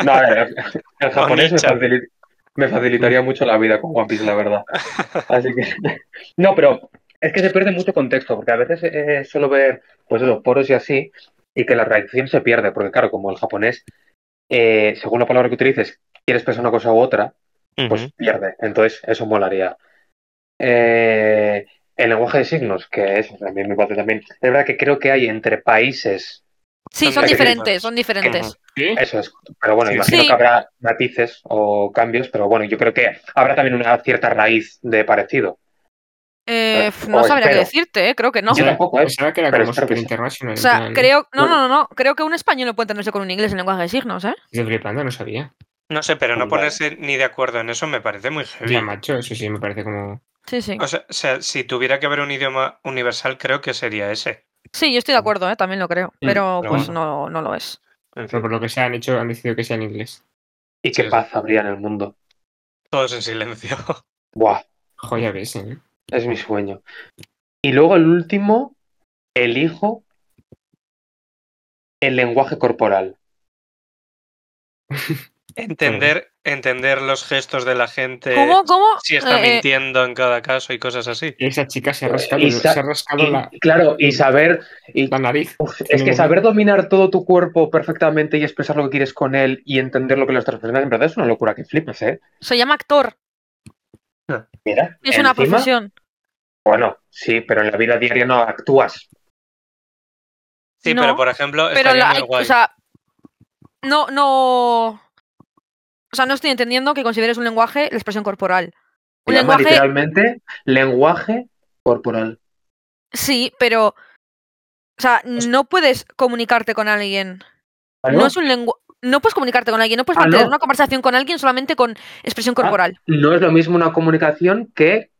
No, a ver, el- el japonés me,
Oni-chan.
facili- me facilitaría mucho la vida con One Piece, la verdad. Así que, no, pero es que se pierde mucho contexto, porque a veces eh, suelo ver, pues los poros y así, y que la reacción se pierde, porque claro, como el japonés, eh, según la palabra que utilices, quieres pensar una cosa u otra, pues pierde. Entonces, eso molaría. Eh, el lenguaje de signos, que es también me parece también. Es verdad que creo que hay entre países,
Sí,
Son
son
de-
diferentes, son diferentes.
¿Sí?
eso es, pero bueno,
Sí.
imagino
Sí.
que habrá matices o cambios, pero bueno, yo creo que habrá también una cierta raíz de parecido.
Eh,
Eh,
f- no
o
sabría qué
espero.
decirte, eh, creo que no.
Yo tampoco, ¿eh?
Pensaba que era
Pero
como
espero que
Super
sí.
International.
O
en
sea,
plan,
creo, no,
Bueno.
no, no, no, creo que un español no puede entenderse con un inglés en lenguaje de signos, ¿eh?
Estoy flipando, no sabía.
No sé, pero no
Vale.
ponerse ni de acuerdo en eso me parece muy heavy.
Ya, macho, eso sí me parece como.
Sí, sí.
O sea, o sea, si tuviera que haber un idioma universal, creo que sería ese.
Sí, yo estoy de acuerdo, ¿eh? también lo creo, pero
pero
pues no, no lo es.
En
Pero
fin,
por lo que se han hecho, han decidido que sea en inglés.
¿Y
Sí,
qué
sí.
paz habría en el mundo?
todos en silencio.
Buah,
Joya ves, ¿eh?
es mi sueño. Y luego el último, elijo el lenguaje corporal.
Entender, entender los gestos de la gente.
¿Cómo, cómo?
Si Eh, está
Eh, eh,
mintiendo en cada caso y cosas así.
Y esa chica se ha rascado,
Y sa-
se ha rascado
Pues Y,
la,
claro, y saber, y,
la nariz.
Uf,
Tiene
es que
un-
saber dominar todo tu cuerpo perfectamente y expresar lo que quieres con él y entender lo que lo estás expresando, en verdad es una locura que flipas, ¿eh?
se llama actor,
Mira.
es una
encima,
profesión.
Bueno, sí, pero en la vida diaria no actúas.
Sí,
no,
pero por ejemplo,
Pero
estaría
la-
muy
hay-
guay.
o sea, no, no. O sea, no estoy entendiendo que consideres un lenguaje la expresión corporal.
Se
Un
llama
lenguaje,
literalmente lenguaje corporal.
sí, pero. O sea, no puedes comunicarte con alguien.
¿Ah,
No es un lenguaje. No puedes comunicarte con alguien, no puedes
Ah,
mantener
¿no? ¿Ah?
una conversación con alguien solamente con expresión corporal.
No es lo mismo una comunicación que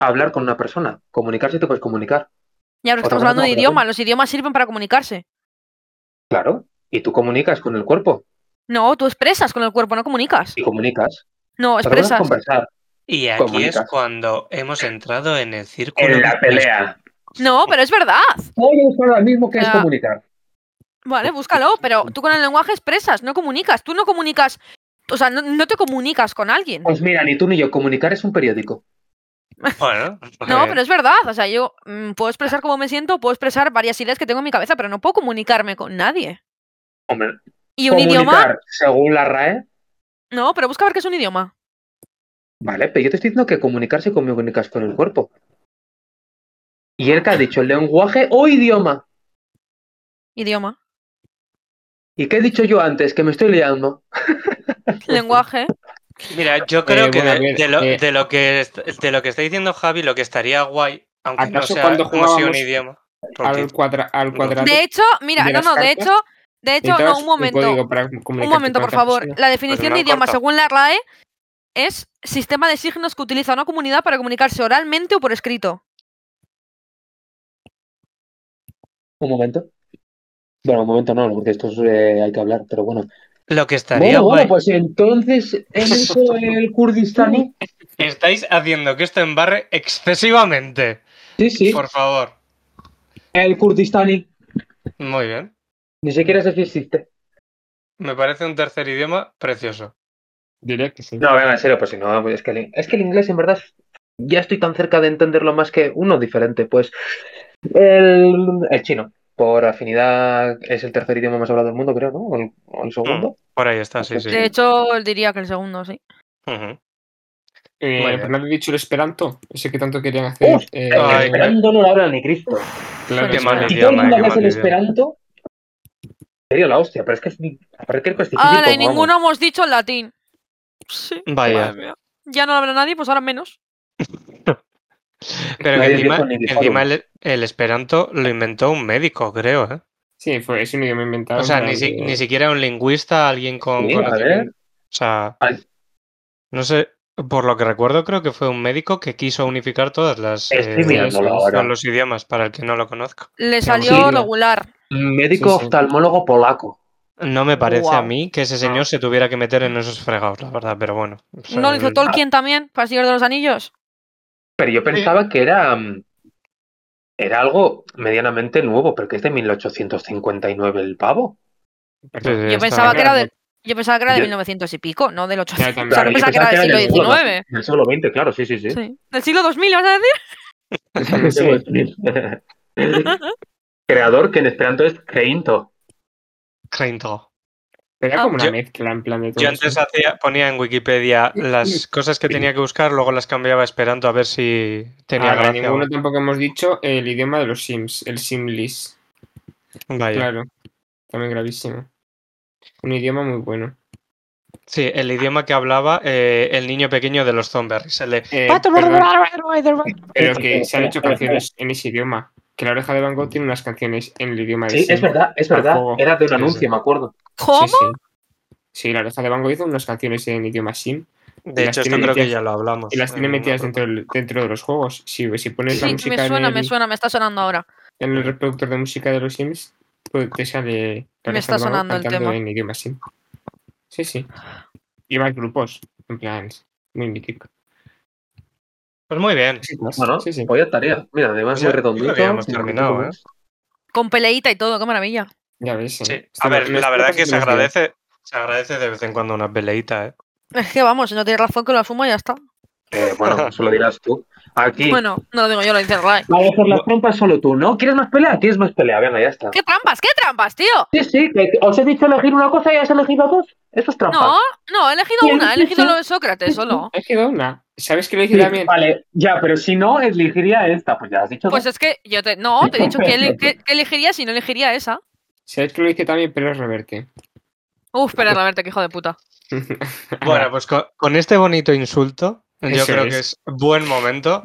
hablar con una persona. Comunicarse te puedes comunicar,
Ya, pero es que
otra
estamos hablando
cosa,
de
otra
idioma, los idiomas sirven para comunicarse.
claro. Y tú comunicas con el cuerpo
No, tú expresas con el cuerpo, no comunicas.
y comunicas.
No,
Otra cosa es
expresas.
conversar
Y aquí
comunicas.
es cuando hemos entrado en el círculo.
en la
vicioso.
pelea.
No, pero es verdad.
Todo es ahora mismo que es
Ah.
comunicar.
Vale, búscalo, pero tú con el lenguaje expresas, no comunicas. Tú no comunicas, o sea, no, no te comunicas con alguien.
Pues mira, ni tú ni yo, comunicar es un periódico.
Bueno,
No,
eh,
pero es verdad. O sea, yo mm, puedo expresar cómo me siento, puedo expresar varias ideas que tengo en mi cabeza, pero no puedo comunicarme con nadie.
Hombre,
¿Y un idioma?
Comunicar, según la RAE,
No, pero busca ver qué es un idioma.
vale, pero yo te estoy diciendo que comunicarse comunicas con el cuerpo. Y él que ha dicho lenguaje o idioma.
Idioma.
¿Y qué he dicho yo antes? Que me estoy liando.
Lenguaje.
Mira, yo creo
Eh,
que
bueno,
de,
a ver,
de lo,
eh,
de lo que est- de lo que está diciendo Javi, lo que estaría guay, aunque no
¿Acaso
sea,
cuando
no sea un
jugábamos
idioma. porque-
Al, cuadra, al
No.
cuadrado.
De hecho, mira,
de
no,
las
no, de
cartas,
hecho, de hecho,
Necesitabas
no, un momento.
código para
Un
comunicarte
momento,
con
por
otra
favor.
persona.
La definición
no
de
han
idioma,
cortado.
según la RAE, es sistema de signos que utiliza una comunidad para comunicarse oralmente o por escrito.
Un momento. Bueno, un momento no, porque esto es, eh, hay que hablar, pero bueno.
Lo que estaría
Bueno,
guay.
bueno, pues entonces, ¿es eso el Kurdistán? pues-
Estáis haciendo que esto embarre excesivamente.
Sí, sí,
Por favor.
el Kurdistán.
Muy bien.
Ni siquiera sé si existe.
Me parece un tercer idioma precioso.
Diría que sí.
No, venga, en serio, pues si no, pues es que, el, es que el inglés en verdad ya estoy tan cerca de entenderlo más que uno diferente, pues el, el chino, por afinidad, es el tercer idioma más hablado del mundo, creo, ¿no? O el, o el segundo.
Por ahí está, sí, sí.
De hecho, él diría que el segundo, sí.
Ujú.
Eh,
Bueno.
pero no habéis dicho el Esperanto, ese que tanto querían hacer.
Uf,
eh,
El
Ay,
esperanto no lo habla ni Cristo.
claro,
qué
es
mal
verdad.
Si todo el
idioma,
mundo
qué
habla el
mal
esperanto, sería la hostia, pero es que es, aparte creo que es difícil.
Ahora, y
como
Ah, ninguno hemos dicho el latín. Sí.
Vaya.
madre mía. Ya no lo habla nadie, pues ahora menos.
Pero que
Nadie
encima,
dijo ni
que
dijo
encima
algo.
el, el esperanto lo inventó un médico, creo. ¿eh?
Sí, fue, es un idioma inventado.
O sea,
en
ni,
plan
si-
de-
ni siquiera un lingüista, alguien con
Sí, a ver.
conocimiento. O sea,
Ay.
no sé, por lo que recuerdo, creo que fue un médico que quiso unificar todas las
Estoy
eh,
mirándolo
eso es,
ahora.
todos los idiomas para el que no lo conozca.
Le
Vamos,
salió
sí.
regular.
Médico
Sí, sí.
oftalmólogo polaco.
No me parece a
Guau. Ah.
mí que ese señor se tuviera que meter en esos fregados, la verdad, pero bueno. o sea,
¿No lo hizo Tolkien también para el Señor de los Anillos?
Pero yo
eh,
pensaba que era, mm, era algo medianamente nuevo, pero que es de 1859 el pavo.
Perdón.
Sí, sí.
Yo
está
pensaba que era
claro.
del... Yo pensaba que era de
Yo-
1900 y pico, no del 800.
Ya, también.
o sea, yo
Claro, yo
pensaba que era del siglo XIX.
del siglo Del siglo XX, claro, sí, sí, sí.
Sí. ¿Del siglo 2000, vas a decir?
Sí.
Creador que en esperanto es Creinto.
Creinto.
Era
Ah.
como una
Yo-
mezcla en plan de todo.
Yo antes
eso.
hacía, ponía en Wikipedia las cosas que tenía que buscar, luego las cambiaba esperando a ver si tenía
Ahora,
gracia. o
ninguno
no.
tampoco hemos dicho el idioma de los Sims, el Simlis.
Vaya.
Claro, también gravísimo. Un idioma muy bueno.
Sí, el idioma que hablaba eh, el niño pequeño de los zombies. El de-
Eh, perdón, pero que se han hecho canciones en ese idioma. Que la oreja de Van Gogh tiene unas canciones en el idioma de
Sí, es
Sim.
verdad, es
al
verdad.
juego.
Era de un
Sí,
anuncio,
sí.
me acuerdo.
¿Cómo?
Sí, sí. Sí, la oreja de Van Gogh hizo unas canciones en idioma Sim
De
las
hecho, esto
tiene
creo que
metidas-
ya lo hablamos.
y las tiene
en una
metidas
propuesta.
dentro, del- dentro de los juegos. Si, si pones la
Sí,
música
me suena,
en, el,
me suena, me está sonando ahora.
en el reproductor de música de los Sims, pues te sale la
Me
oreja
está
de Van Gogh
sonando el
cantando
tema.
en idioma Sim. Sí, sí. Y más grupos, en plan, muy mítico.
Pues muy bien.
Sí, más.
Bueno,
sí, sí.
vaya tarea. Mira, además
Ya-
muy
ya
redondito.
habíamos terminado, ¿eh?
Con peleita y todo, qué maravilla.
Ya ves.
Sí.
eh.
A
Esto
ver,
no- no
la
es
verdad
cosa
que se
nos digan.
agradece, se agradece de vez en cuando una peleita, ¿eh?
Es que vamos, si no tienes razón que lo asuma y ya está.
Eh, bueno, eso lo dirás tú. Aquí.
Bueno, no lo digo yo, lo dice el Rai.
Va a dejar las trompas solo tú, ¿no? ¿Quieres más pelea? ¿Quieres más pelea? Venga, ya está.
¿Qué trampas? ¿Qué trampas, tío?
Sí, sí, que os he dicho elegir una cosa y has elegido dos. Eso es trampa.
No, no, he elegido
Sí,
una, he
sí,
elegido
sí.
lo de Sócrates solo.
Ha quedado una. ¿Sabes qué le dije
Sí,
también?
Vale, ya, pero si no, elegiría esta. Pues ya has dicho.
Pues
dos.
es que yo te. No, te he dicho que, ele- que- que elegiría si no elegiría esa.
¿Sabes qué le dije también? Pero es reverte.
Uf, espera, a verte, que hijo de puta.
Bueno, pues con, con este bonito insulto, yo
Eso
creo
es.
que es buen momento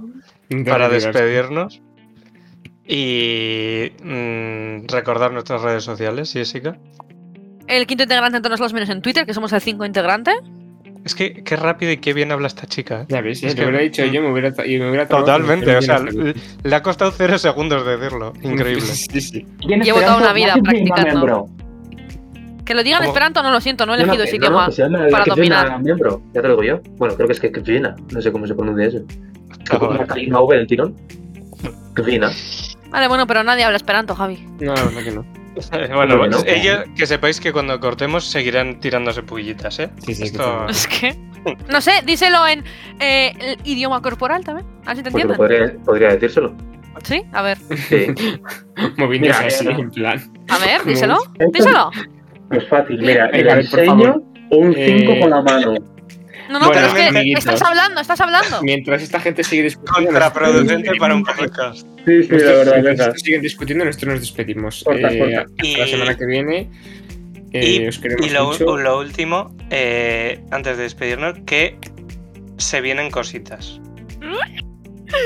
para despedirnos. Y mm, recordar nuestras redes sociales, Jessica.
El quinto integrante en todos los menos en Twitter, que somos el cinco integrante.
Es que qué rápido y qué bien habla esta chica. ¿eh?
Ya ves, eh,
Es
lo
que-
hubiera dicho yo, me hubiera, tra- y me hubiera trabado,
Totalmente,
pero
o sea,
bien
le le ha costado cero segundos decirlo.
hasta-
Increíble.
Sí, sí.
Bien,
Llevo toda
Esperanto,
una vida
gracias, mi
practicando.
miembro.
Que lo digan
¿Cómo?
esperanto, no lo siento, no he
No, no,
elegido ese
que- no, no,
idioma.
que se llama
para
Katrina
dominar.
miembro. Ya te lo digo yo. Bueno, creo que es que Katrina. No sé cómo se pronuncia eso. Que pongo una K y una V del tirón. Katrina.
Vale, bueno, pero nadie habla esperanto, Javi.
No, la verdad que no.
Bueno,
Bueno,
pues,
no.
ellos que sepáis que cuando cortemos seguirán tirándose pullitas, ¿eh?
Sí, sí,
Esto-
Es que. No sé, díselo en eh, el idioma corporal también. A ver si te
Porque
entienden.
podría, podría decírselo.
Sí, a ver.
Sí.
Moviéndose
Mira,
así,
mira.
en plan.
A ver,
Como-
díselo.
Esto
Díselo.
es fácil. Mira,
Venga,
el
a ver, por
enseño o un
Eh,
5 con la mano.
No, no,
Bueno,
pero es que
amiguitos.
estás hablando, estás hablando.
Mientras esta gente sigue discutiendo.
Contraproducente para un podcast.
Sí, sí, la
nosotros-
verdad,
mientras
venga.
estos siguen discutiendo, nosotros nos despedimos.
Corta,
Eh,
corta.
Hasta la semana que viene. Eh,
Y-
os queremos
Y lo,
mucho.
lo último, eh, antes de despedirnos, que se vienen cositas.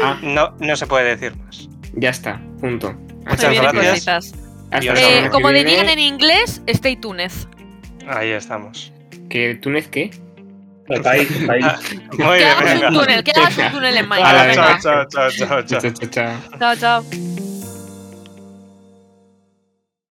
Ah.
No, no se puede decir más.
Ya está, punto.
Se
Muchas
vienen
gracias.
cositas.
Hasta la
Eh,
semana
Eh,
que
como
viene.
dirían en inglés, stay tuned.
Ahí estamos.
¿Que Túnez qué?
Hasta ahí, hasta ahí.
Muy
Que
bien,
hagas un
venga.
túnel, que hagas un túnel en Minecraft.
Ahora,
venga.
Este
chao, chao, chao, chao, chao.
Chao, chao, chao.
Chao, chao.